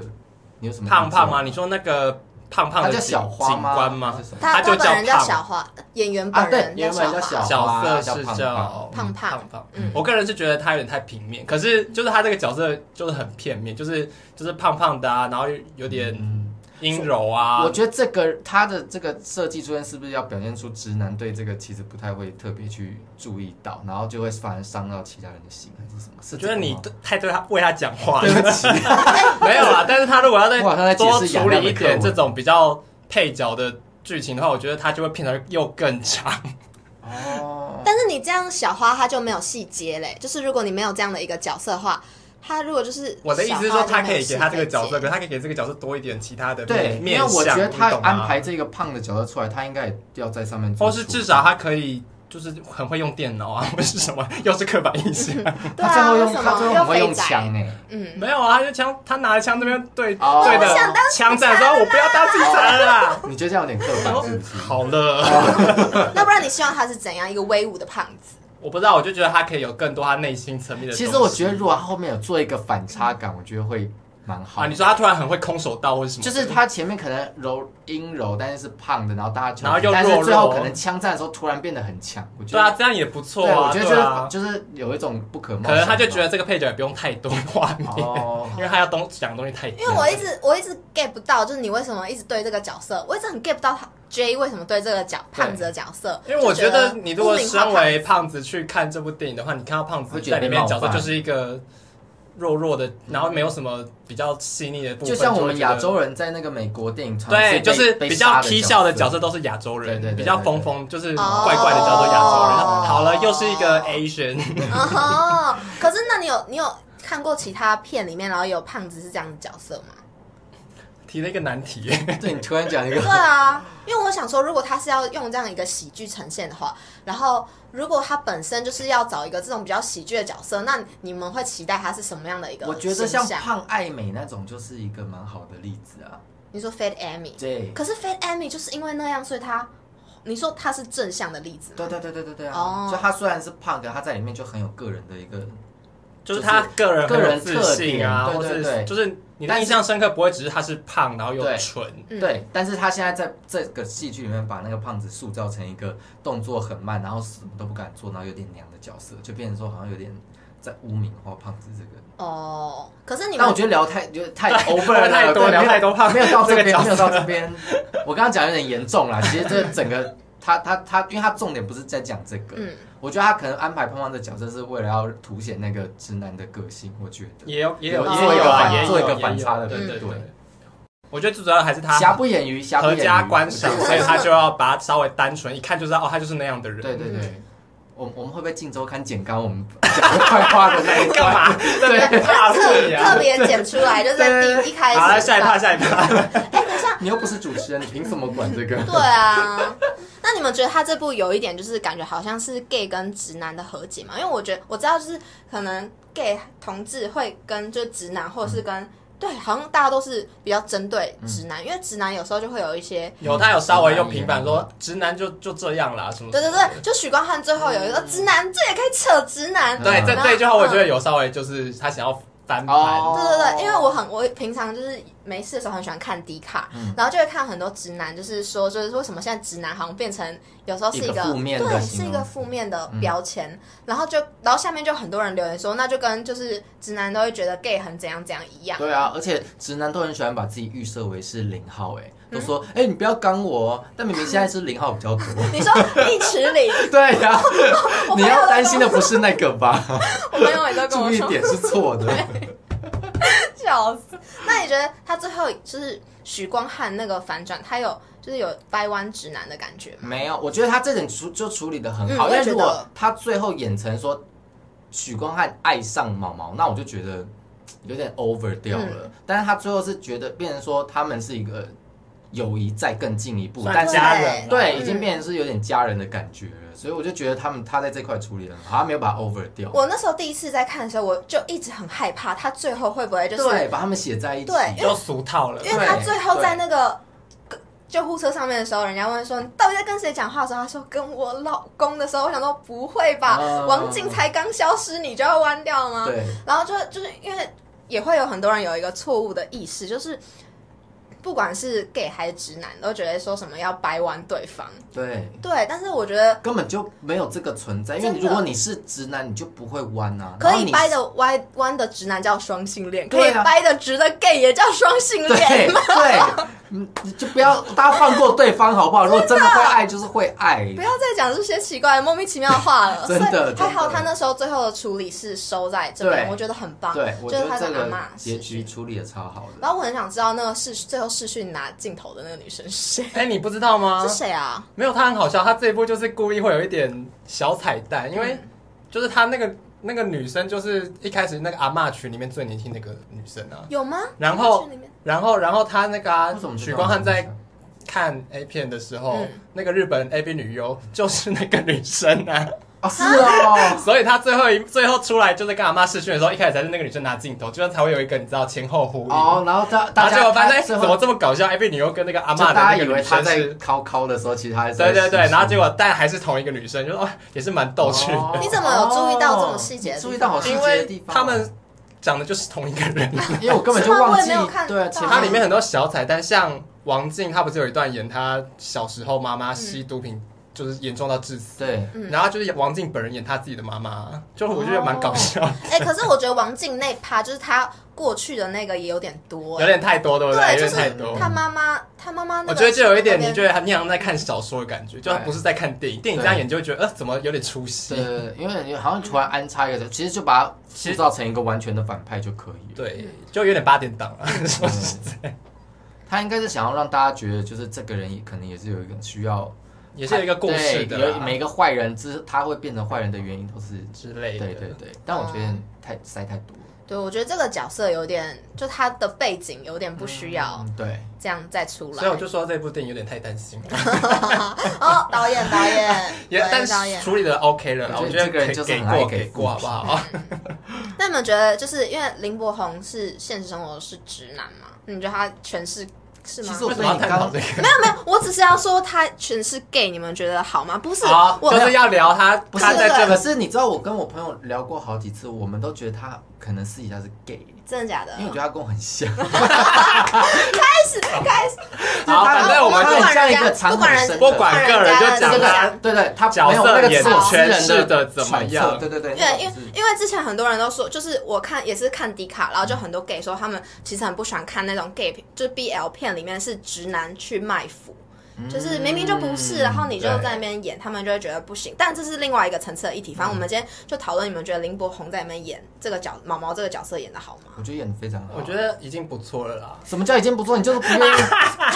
[SPEAKER 2] 你有什么
[SPEAKER 3] 胖胖
[SPEAKER 2] 吗？
[SPEAKER 3] 吗？你说那个胖胖
[SPEAKER 2] 他
[SPEAKER 3] 的
[SPEAKER 2] 叫
[SPEAKER 3] 警
[SPEAKER 2] 小花
[SPEAKER 3] 警
[SPEAKER 2] 吗
[SPEAKER 3] 官
[SPEAKER 2] 还
[SPEAKER 3] 吗
[SPEAKER 2] 是什么？
[SPEAKER 1] 他
[SPEAKER 3] 就
[SPEAKER 1] 他本人叫小
[SPEAKER 3] 胖，
[SPEAKER 1] 花，演员
[SPEAKER 2] 啊，
[SPEAKER 1] 本
[SPEAKER 2] 对，
[SPEAKER 1] 人
[SPEAKER 2] 原本
[SPEAKER 1] 叫
[SPEAKER 2] 叫小
[SPEAKER 1] 花。
[SPEAKER 2] 花
[SPEAKER 3] 角色
[SPEAKER 2] 叫
[SPEAKER 3] 是
[SPEAKER 2] 胖
[SPEAKER 3] 叫
[SPEAKER 1] 胖胖
[SPEAKER 3] 胖胖
[SPEAKER 1] 嗯
[SPEAKER 3] 我个人是觉得他有点太平面，可是就是他这个角色就是很片面，就是就是胖胖的啊，然后有点
[SPEAKER 2] 嗯，
[SPEAKER 3] 阴柔啊
[SPEAKER 2] 我。觉得这个他的这个设计出现是不是要表现出直男对这个其实不太会特别去注意到，然后就会反而伤到其他人的心还是什么？
[SPEAKER 3] 我
[SPEAKER 2] 是
[SPEAKER 3] 觉
[SPEAKER 2] 这个
[SPEAKER 3] 得
[SPEAKER 2] 吗
[SPEAKER 3] 你对太 (laughs) 对他为他讲话
[SPEAKER 2] 对
[SPEAKER 3] 了，
[SPEAKER 2] 不起，
[SPEAKER 3] 没有啦。但是他如果要
[SPEAKER 2] 我好像在
[SPEAKER 3] 再
[SPEAKER 2] 解释
[SPEAKER 3] 多
[SPEAKER 2] 雅
[SPEAKER 3] 处
[SPEAKER 2] 亮的
[SPEAKER 3] 理一
[SPEAKER 2] 课文
[SPEAKER 3] 点这种比较配角的剧情的话，我觉得他就会变得又更长。
[SPEAKER 2] 哦，
[SPEAKER 1] 但是你这样小花她就没有细节嘞，就是如果你没有这样的一个角色的话，她如果就是
[SPEAKER 3] 我的意思是说，
[SPEAKER 1] 小花就
[SPEAKER 3] 他可
[SPEAKER 1] 没有
[SPEAKER 3] 以
[SPEAKER 1] 细
[SPEAKER 3] 给他这个角色，
[SPEAKER 1] 节
[SPEAKER 3] 可是他可以给这个角色多一点其他的
[SPEAKER 2] 对，因为
[SPEAKER 3] 面
[SPEAKER 2] 我觉
[SPEAKER 3] 向
[SPEAKER 2] 得他
[SPEAKER 3] 你懂吗
[SPEAKER 2] 安排这个胖的角色出来，他应该也要在上面做
[SPEAKER 3] 或
[SPEAKER 2] 处
[SPEAKER 3] 是
[SPEAKER 2] 理，
[SPEAKER 3] 至少他可以就是很会用电脑啊，或是什么，又是刻板
[SPEAKER 2] (laughs)
[SPEAKER 3] 印象。
[SPEAKER 1] 对
[SPEAKER 2] 他最
[SPEAKER 1] 啊，
[SPEAKER 2] 后
[SPEAKER 1] 为
[SPEAKER 2] 用
[SPEAKER 1] 什
[SPEAKER 2] 他最
[SPEAKER 1] 么
[SPEAKER 2] 后很
[SPEAKER 1] 又
[SPEAKER 2] 会用
[SPEAKER 1] 肥宅？
[SPEAKER 2] 枪哎，
[SPEAKER 1] 嗯，
[SPEAKER 3] 没有啊，他就枪，他拿着枪这边对
[SPEAKER 2] 哦
[SPEAKER 3] 对
[SPEAKER 2] 我
[SPEAKER 1] 想
[SPEAKER 3] 的
[SPEAKER 1] 当
[SPEAKER 3] 枪战说：“我不要当警察了
[SPEAKER 2] (laughs)
[SPEAKER 3] 啦。
[SPEAKER 2] 你觉得这样有点刻
[SPEAKER 3] 哦
[SPEAKER 2] 板是不是？
[SPEAKER 3] 好了，
[SPEAKER 1] 嗯那不然你希望她是怎样一个威武的胖子？
[SPEAKER 3] 我不知道，我就觉得他可以有更多他内心层面的东西。
[SPEAKER 2] 其实我觉得，如果他后面有做一个反差感，我觉得会蛮好
[SPEAKER 3] 啊，
[SPEAKER 2] 的。
[SPEAKER 3] 你说他突然很会空手道或者什么，
[SPEAKER 2] 就是他前面可能柔阴柔，但是是胖的，然后大家求
[SPEAKER 3] 然后又
[SPEAKER 2] 但是
[SPEAKER 3] 弱
[SPEAKER 2] 最后
[SPEAKER 3] 肉
[SPEAKER 2] 可能枪战的时候突然变得很强，我觉
[SPEAKER 3] 对啊，
[SPEAKER 2] 得
[SPEAKER 3] 这样也不错
[SPEAKER 2] 对，我
[SPEAKER 3] 啊，
[SPEAKER 2] 觉得
[SPEAKER 3] 对
[SPEAKER 2] 就是、
[SPEAKER 3] 啊。
[SPEAKER 2] 就是有一种不可冒险吧，
[SPEAKER 3] 可能他就觉得这个配角也不用太多画面，
[SPEAKER 2] 哦，
[SPEAKER 3] (laughs) 因为他要东讲的东西太多。
[SPEAKER 1] 因为我一直我一直 get 不到，就是你为什么一直对这个角色，我一直很 get 不到他 J 为什么对这个角胖子的角色，
[SPEAKER 3] (laughs) 因为我觉得
[SPEAKER 1] 就嗯
[SPEAKER 3] 你如果
[SPEAKER 1] 污名化
[SPEAKER 3] 身为胖子去看这部电影的话，你看到胖子在里面的角色就是一个弱弱的，然后没有什么比较细腻的部
[SPEAKER 2] (laughs)
[SPEAKER 3] 分，
[SPEAKER 2] 就像我们亚
[SPEAKER 3] 人。
[SPEAKER 2] 洲人在那个美国电影常
[SPEAKER 3] 对，就是
[SPEAKER 2] 被
[SPEAKER 3] 比较
[SPEAKER 2] 被
[SPEAKER 3] T
[SPEAKER 2] 杀
[SPEAKER 3] 笑
[SPEAKER 2] 的
[SPEAKER 3] 的角色都是亚洲人，
[SPEAKER 2] 对对对
[SPEAKER 3] 比较
[SPEAKER 2] 对
[SPEAKER 3] 疯疯，就是
[SPEAKER 1] 哦
[SPEAKER 3] 怪怪的叫做亚洲人。
[SPEAKER 1] 哦
[SPEAKER 3] 好了，又是一个 Asian，
[SPEAKER 1] 哦，可是那你有你有看过其他片里面，然后有胖子是这样的角色吗？
[SPEAKER 3] 提了一个难 (laughs) 题。
[SPEAKER 2] (laughs) 对你突然讲一
[SPEAKER 1] 对 (laughs)
[SPEAKER 2] 个，
[SPEAKER 1] 啊，因为我想说，如果他是要用这样一个喜剧呈现的话，然后如果他本身就是要找一个这种比较喜剧的角色，那你们会期待他是什么样的一个
[SPEAKER 2] 我觉得
[SPEAKER 1] 形
[SPEAKER 2] 像
[SPEAKER 1] 象
[SPEAKER 2] 胖爱美那种就是一个蛮好的例子啊。
[SPEAKER 1] 你说 Fat Amy，
[SPEAKER 2] 对，
[SPEAKER 1] 可是 Fat Amy 就是因为那样，所以他你说他是正向的例子吗？
[SPEAKER 2] 对对对对对对啊！
[SPEAKER 1] 哦
[SPEAKER 2] 就他虽然是胖，可他在里面就很有个人的一个，
[SPEAKER 3] 就是他个人很
[SPEAKER 2] 个人
[SPEAKER 3] 有自信啊，
[SPEAKER 2] 特
[SPEAKER 3] 或
[SPEAKER 2] 点对对对
[SPEAKER 3] 是就是你
[SPEAKER 2] 但是
[SPEAKER 3] 的印象深刻不会只是他是胖，然后又
[SPEAKER 2] 对
[SPEAKER 3] 蠢，
[SPEAKER 1] 嗯
[SPEAKER 2] 对。但是他现在在这个戏剧里面把那个胖子塑造成一个动作很慢，然后什么都不敢做，然后有点娘的角色，就变成说好像有点在污名化胖子这个。
[SPEAKER 1] 哦，可是你
[SPEAKER 2] 但我
[SPEAKER 1] 们
[SPEAKER 2] 觉得聊太就
[SPEAKER 3] (laughs)
[SPEAKER 2] 太
[SPEAKER 3] 对
[SPEAKER 2] over
[SPEAKER 3] 会
[SPEAKER 2] 了，
[SPEAKER 3] 太多
[SPEAKER 2] 对
[SPEAKER 3] 聊
[SPEAKER 2] 没有
[SPEAKER 3] 太多胖
[SPEAKER 2] 没有到这
[SPEAKER 3] (laughs) 这个角
[SPEAKER 2] 边，没
[SPEAKER 3] 色
[SPEAKER 2] 有到这边。 (laughs) 我刚刚讲有点严重啦，其实这整个他他他，因为他重点不是在讲这个，
[SPEAKER 1] 嗯
[SPEAKER 2] 我觉得他可能安排胖胖的角色是为了要凸显那个直男的个性，我觉得。
[SPEAKER 3] 也有也有
[SPEAKER 2] 有
[SPEAKER 1] 做一
[SPEAKER 3] 也
[SPEAKER 1] 个
[SPEAKER 3] 有啊，
[SPEAKER 1] 反
[SPEAKER 3] 也有
[SPEAKER 2] 做一个
[SPEAKER 3] 也有
[SPEAKER 2] 反差的
[SPEAKER 3] 对
[SPEAKER 2] 对
[SPEAKER 3] 对
[SPEAKER 2] 对
[SPEAKER 3] 对。我觉得最主要还是他
[SPEAKER 2] 瑕不掩瑜，瑕不
[SPEAKER 3] 合
[SPEAKER 2] 掩瑜。
[SPEAKER 3] 家观
[SPEAKER 2] (laughs)
[SPEAKER 3] 赏，
[SPEAKER 2] 对
[SPEAKER 3] 所以他就要把它稍微单纯，一看就知道哦，他就是那样的人。
[SPEAKER 2] 对对对
[SPEAKER 1] 嗯，
[SPEAKER 2] 我们我们会不会进周刊剪刚我们讲坏话的那一
[SPEAKER 3] 干
[SPEAKER 2] 段？
[SPEAKER 3] 嘛？对，怕
[SPEAKER 1] 特
[SPEAKER 3] 屁
[SPEAKER 1] 特
[SPEAKER 3] 呀！
[SPEAKER 1] 别剪出来，就是在
[SPEAKER 2] 对对
[SPEAKER 1] 第一开始。
[SPEAKER 3] 好了，下一趴，下一趴。
[SPEAKER 2] (laughs)
[SPEAKER 1] 哎，等一下，
[SPEAKER 2] 你又不是主持人，你凭什么管这个？
[SPEAKER 1] 对啊，那你们觉得他这部有一点就是感觉好像是 gay 跟直男的和解嘛？因为我觉得我知道就是可能 gay 同志会跟就直男或者是跟、对，好像大家都是比较针对直男，因为直男有时候就会有一些。
[SPEAKER 3] 有，他有稍微用平板说，直男就就这样啦，什么？
[SPEAKER 1] 对对对，就许光汉最后有一个、直男，这也可以扯直男。
[SPEAKER 3] 对，这
[SPEAKER 1] 然后
[SPEAKER 3] 这一句话我觉得
[SPEAKER 1] 嗯
[SPEAKER 3] 有稍微就是他想要翻盘，
[SPEAKER 2] 哦
[SPEAKER 1] 对对对，因为我很我平常就是没事的时候很喜欢看迪卡，
[SPEAKER 2] 嗯
[SPEAKER 1] 然后就会看很多直男，就是说，就是为什么现在直男好像变成有时候是
[SPEAKER 2] 一个负面的
[SPEAKER 1] 对，是
[SPEAKER 2] 形容嗯
[SPEAKER 1] 一个负面的标签。然后就，然后下面就很多人留言说，那就跟就是直男都会觉得 gay 很怎样怎样一样。
[SPEAKER 2] (laughs) 对啊，而且直男都很喜欢把自己预设为是零号、哎，
[SPEAKER 1] 嗯
[SPEAKER 2] 都说哎、你不要刚我、哦，但明明现在是零号比
[SPEAKER 1] (laughs)
[SPEAKER 2] 较多。
[SPEAKER 1] 你说一池里，
[SPEAKER 2] 对呀、
[SPEAKER 1] 我朋
[SPEAKER 2] 你
[SPEAKER 1] 友
[SPEAKER 2] 要
[SPEAKER 1] 都
[SPEAKER 2] 担
[SPEAKER 1] 跟
[SPEAKER 2] 心的不是那个吧？
[SPEAKER 1] 我朋友也都跟
[SPEAKER 2] 注
[SPEAKER 1] 我
[SPEAKER 2] 意
[SPEAKER 1] 说，
[SPEAKER 2] 点是错的。
[SPEAKER 1] 笑死。那你觉得他最后就是许光汉那个反转，他有就是有掰弯直男的感觉吗？
[SPEAKER 2] 没有，我觉得他这点处就处理的很
[SPEAKER 1] 嗯
[SPEAKER 2] 好，因为
[SPEAKER 1] 我也觉得
[SPEAKER 2] 如果他最后演成说许光汉爱上毛毛，那我就觉得嘖有点 over 掉了。
[SPEAKER 1] 嗯
[SPEAKER 2] 但是他最后是觉得变成说他们是一个友谊再更进一步，但
[SPEAKER 3] 算
[SPEAKER 2] 是
[SPEAKER 1] 家
[SPEAKER 3] 家人啊
[SPEAKER 2] 对，
[SPEAKER 1] 嗯
[SPEAKER 2] 已经变成是有点家人的感觉了。所以我就觉得他们他在这块处理得很好，他没有把它 over 掉，
[SPEAKER 1] 我那时候第一次在看的时候，我就一直很害怕他最后会不会就是
[SPEAKER 2] 对，把他们写在一起。
[SPEAKER 1] 对
[SPEAKER 3] 都俗套了。
[SPEAKER 1] 因为他
[SPEAKER 2] 对
[SPEAKER 1] 最后在那个救护车上面的时候，人家问说你到底在跟谁讲话的时候，他说跟我老公的时候，我想说不会吧，
[SPEAKER 2] 啊
[SPEAKER 1] 王静才刚消失，你就要弯掉吗？
[SPEAKER 2] 对，
[SPEAKER 1] 然后就就是因为也会有很多人有一个错误的意识，就是不管是 gay 还是直男，都觉得说什么要掰弯对方。
[SPEAKER 2] 对，
[SPEAKER 1] 对，但是我觉得
[SPEAKER 2] 根本就没有这个存在，因为
[SPEAKER 1] 真的
[SPEAKER 2] 你如果你是直男，你就不会弯啊。
[SPEAKER 1] 可
[SPEAKER 2] 然后
[SPEAKER 1] 以
[SPEAKER 2] 你
[SPEAKER 1] 掰的歪弯的直男叫双性恋，可
[SPEAKER 2] 对
[SPEAKER 1] 以
[SPEAKER 2] 啊
[SPEAKER 1] 掰的直的 gay 也叫双性
[SPEAKER 2] 对
[SPEAKER 1] 恋。
[SPEAKER 2] 对，嗯， (laughs) 就不要大家放过对方好不好？如果真的会爱，就是会爱
[SPEAKER 1] 不。要再讲这些奇怪的莫名其妙的话了。
[SPEAKER 2] (laughs) 真
[SPEAKER 1] 所
[SPEAKER 2] 的
[SPEAKER 1] 以
[SPEAKER 2] 真的
[SPEAKER 1] 还好他那时候最后的处理是收在这边，
[SPEAKER 2] 对
[SPEAKER 1] 我觉得很棒。
[SPEAKER 2] 对，我
[SPEAKER 1] 就
[SPEAKER 2] 觉
[SPEAKER 1] 是
[SPEAKER 2] 得
[SPEAKER 1] 他
[SPEAKER 2] 这
[SPEAKER 1] 的阿
[SPEAKER 2] 个
[SPEAKER 1] 妈
[SPEAKER 2] 结局。处理的超好的。
[SPEAKER 1] 然后我很想知道那个视最后视讯拿镜头的那个女生是谁？
[SPEAKER 3] 哎、你不知道吗？
[SPEAKER 1] 是谁啊？
[SPEAKER 3] 没有，他很好笑，他这一部就是故意会有一点小彩蛋，因
[SPEAKER 2] 嗯
[SPEAKER 3] 为就是他那个那个女生，就是一开始那个阿嬷群里面最年轻那个女生啊，
[SPEAKER 1] 有吗？
[SPEAKER 3] 然后
[SPEAKER 1] 视讯里面
[SPEAKER 3] 然后然后他那个、啊
[SPEAKER 2] 为什么知道
[SPEAKER 3] 许光汉在看 A 片的时候，
[SPEAKER 1] 嗯
[SPEAKER 3] 那个日本 A B 女优 (laughs) 就是那个女生啊，
[SPEAKER 2] 哦，是
[SPEAKER 3] (laughs)
[SPEAKER 2] 哦，
[SPEAKER 3] 所以他最后一最后出来就是跟阿嬷试训的时候，一开始才是那个女生拿镜头，这样才会有一个你知道前后呼应。
[SPEAKER 2] 哦，然后大大
[SPEAKER 3] 然后结
[SPEAKER 2] 家
[SPEAKER 3] 果发现
[SPEAKER 2] 他
[SPEAKER 3] 哎
[SPEAKER 2] 最
[SPEAKER 3] 怎
[SPEAKER 2] 后
[SPEAKER 3] 么这么搞笑？A B 女优跟那个阿
[SPEAKER 2] 就
[SPEAKER 3] 嬷的
[SPEAKER 2] 大
[SPEAKER 3] 那
[SPEAKER 2] 家
[SPEAKER 3] 个
[SPEAKER 2] 以为
[SPEAKER 3] 女
[SPEAKER 2] 他
[SPEAKER 3] 生
[SPEAKER 2] 在
[SPEAKER 3] 是
[SPEAKER 2] 靠靠的时候，其实他还是
[SPEAKER 3] 对对对，然后结
[SPEAKER 2] 果
[SPEAKER 3] 果但还是同一个女生，就说、哦、也是蛮逗趣的，
[SPEAKER 2] 哦
[SPEAKER 1] 你怎么有注意到这种细节的地方
[SPEAKER 2] 注意到好细
[SPEAKER 3] 因
[SPEAKER 2] 节的
[SPEAKER 3] 为
[SPEAKER 2] 哦地方，
[SPEAKER 3] 他们长得就是同一个人。
[SPEAKER 2] 因为我根本就忘
[SPEAKER 1] 是吗我
[SPEAKER 2] 记
[SPEAKER 1] 也没有看
[SPEAKER 2] 对啊，
[SPEAKER 1] 到
[SPEAKER 2] 其
[SPEAKER 1] 啊
[SPEAKER 3] 它里面很多小彩蛋，像王静，她不是有一段演她小时候妈妈吸毒品，就是严重到致死，
[SPEAKER 2] 对
[SPEAKER 1] 嗯
[SPEAKER 3] 然后就是王静本人演她自己的妈妈，就我觉得蛮搞笑，
[SPEAKER 1] 哎、可是我觉得王静那趴就是她过去的那个也有点多、
[SPEAKER 3] 有
[SPEAKER 1] 哎
[SPEAKER 3] 点太多，对不
[SPEAKER 1] 对，
[SPEAKER 3] 有
[SPEAKER 1] 就
[SPEAKER 3] 点
[SPEAKER 1] 是
[SPEAKER 3] 太多。
[SPEAKER 1] 她妈妈，她妈妈那个
[SPEAKER 3] 我觉得就有一点，
[SPEAKER 1] 那边
[SPEAKER 3] 你觉得他那样在看小说的感觉，就
[SPEAKER 2] 对
[SPEAKER 3] 不是在看电影。电影这样演就会觉得，呃，怎么有点出戏
[SPEAKER 2] 对？对，对因为好像突然安插一个，其实就把它塑造成一个完全的反派就可以了。
[SPEAKER 3] 对，就有点八点档了。 (laughs) 说
[SPEAKER 2] 嗯
[SPEAKER 3] 实在， (laughs)
[SPEAKER 2] 他应该是想要让大家觉得，就是这个人也可能也是有一个需要，
[SPEAKER 3] 也是有一个故事的
[SPEAKER 2] 对有
[SPEAKER 3] 啦
[SPEAKER 2] 每个坏人之他会变成坏人的原因都是，
[SPEAKER 3] 之类
[SPEAKER 2] 对
[SPEAKER 3] 的。
[SPEAKER 2] 对对。但我觉得太塞太多了，
[SPEAKER 1] 对，我觉得这个角色有点，就她的背景有点不需要
[SPEAKER 2] 嗯对，
[SPEAKER 1] 这样再出来。
[SPEAKER 3] 所以我就说这部电影有点太担心了，
[SPEAKER 1] 哦，导演，导演，
[SPEAKER 3] (laughs) 也
[SPEAKER 1] 对
[SPEAKER 3] 但
[SPEAKER 1] 导演啊
[SPEAKER 3] 是。处理的 OK 了啦，
[SPEAKER 2] 我
[SPEAKER 3] 我
[SPEAKER 2] 觉
[SPEAKER 3] 觉
[SPEAKER 2] 得这
[SPEAKER 3] 得
[SPEAKER 2] 个人
[SPEAKER 3] 可以
[SPEAKER 2] 就是
[SPEAKER 3] 给
[SPEAKER 2] 很爱
[SPEAKER 3] 过
[SPEAKER 2] 给
[SPEAKER 3] 给过好
[SPEAKER 2] 故
[SPEAKER 3] 不
[SPEAKER 2] (laughs)
[SPEAKER 3] 好？
[SPEAKER 1] 那你们觉得，就是因为林柏宏是现实生活是直男嘛？你觉得他全是是
[SPEAKER 2] 其
[SPEAKER 1] 吗
[SPEAKER 2] 实？我
[SPEAKER 3] 为什
[SPEAKER 2] 对
[SPEAKER 3] 么要
[SPEAKER 2] 你
[SPEAKER 3] 探讨
[SPEAKER 2] 刚
[SPEAKER 3] 这个？
[SPEAKER 1] 没有没有，我只是要说他全是 gay，你们觉得好吗？不是，
[SPEAKER 3] 好，
[SPEAKER 1] 我
[SPEAKER 3] 就是要聊他，
[SPEAKER 2] 啊不是
[SPEAKER 3] 他在这
[SPEAKER 2] 可
[SPEAKER 3] 个
[SPEAKER 2] 是你知道我跟我朋友聊过好几次，我们都觉得他可能私底下是 gay，
[SPEAKER 1] 真的假的
[SPEAKER 2] 因为？我觉得他跟我很
[SPEAKER 1] (laughs)
[SPEAKER 2] 像，
[SPEAKER 1] 开始开始，
[SPEAKER 2] 就是
[SPEAKER 3] 好，
[SPEAKER 2] 他
[SPEAKER 3] 反正我们
[SPEAKER 2] 他
[SPEAKER 1] 不
[SPEAKER 2] 很
[SPEAKER 1] 管
[SPEAKER 2] 像一
[SPEAKER 1] 人家
[SPEAKER 2] 个长
[SPEAKER 1] 不管
[SPEAKER 2] 很
[SPEAKER 1] 人
[SPEAKER 2] 深
[SPEAKER 3] 不
[SPEAKER 2] 的。
[SPEAKER 3] 管个人就讲他
[SPEAKER 2] 对对，他
[SPEAKER 3] 角
[SPEAKER 2] 没有那
[SPEAKER 3] 色
[SPEAKER 2] 个
[SPEAKER 3] 演
[SPEAKER 2] 是我私
[SPEAKER 1] 诠
[SPEAKER 2] 人
[SPEAKER 3] 释的怎么
[SPEAKER 2] 揣测
[SPEAKER 3] 样
[SPEAKER 2] 对对对，
[SPEAKER 1] 对，因为
[SPEAKER 2] 那种是
[SPEAKER 1] 因为之前很多人都说，就是我看也是看迪卡，然后就很多 gay 说他们其实很不喜欢看那种 gay，片，就是 BL 片里面是直男去卖腐，
[SPEAKER 3] 嗯
[SPEAKER 1] 就是明明就不是，
[SPEAKER 2] 嗯
[SPEAKER 1] 然后你就
[SPEAKER 2] 对
[SPEAKER 1] 在那边演，他们就会觉得不行。但这是另外一个层次的议题。反正我们今天就讨论，你们觉得林柏宏在里面演这个角毛毛这个角色演的好吗？
[SPEAKER 2] 我觉得演的非常好，
[SPEAKER 3] 我觉得已经不错了啦。
[SPEAKER 2] 什么叫已经不错？你就是不愿意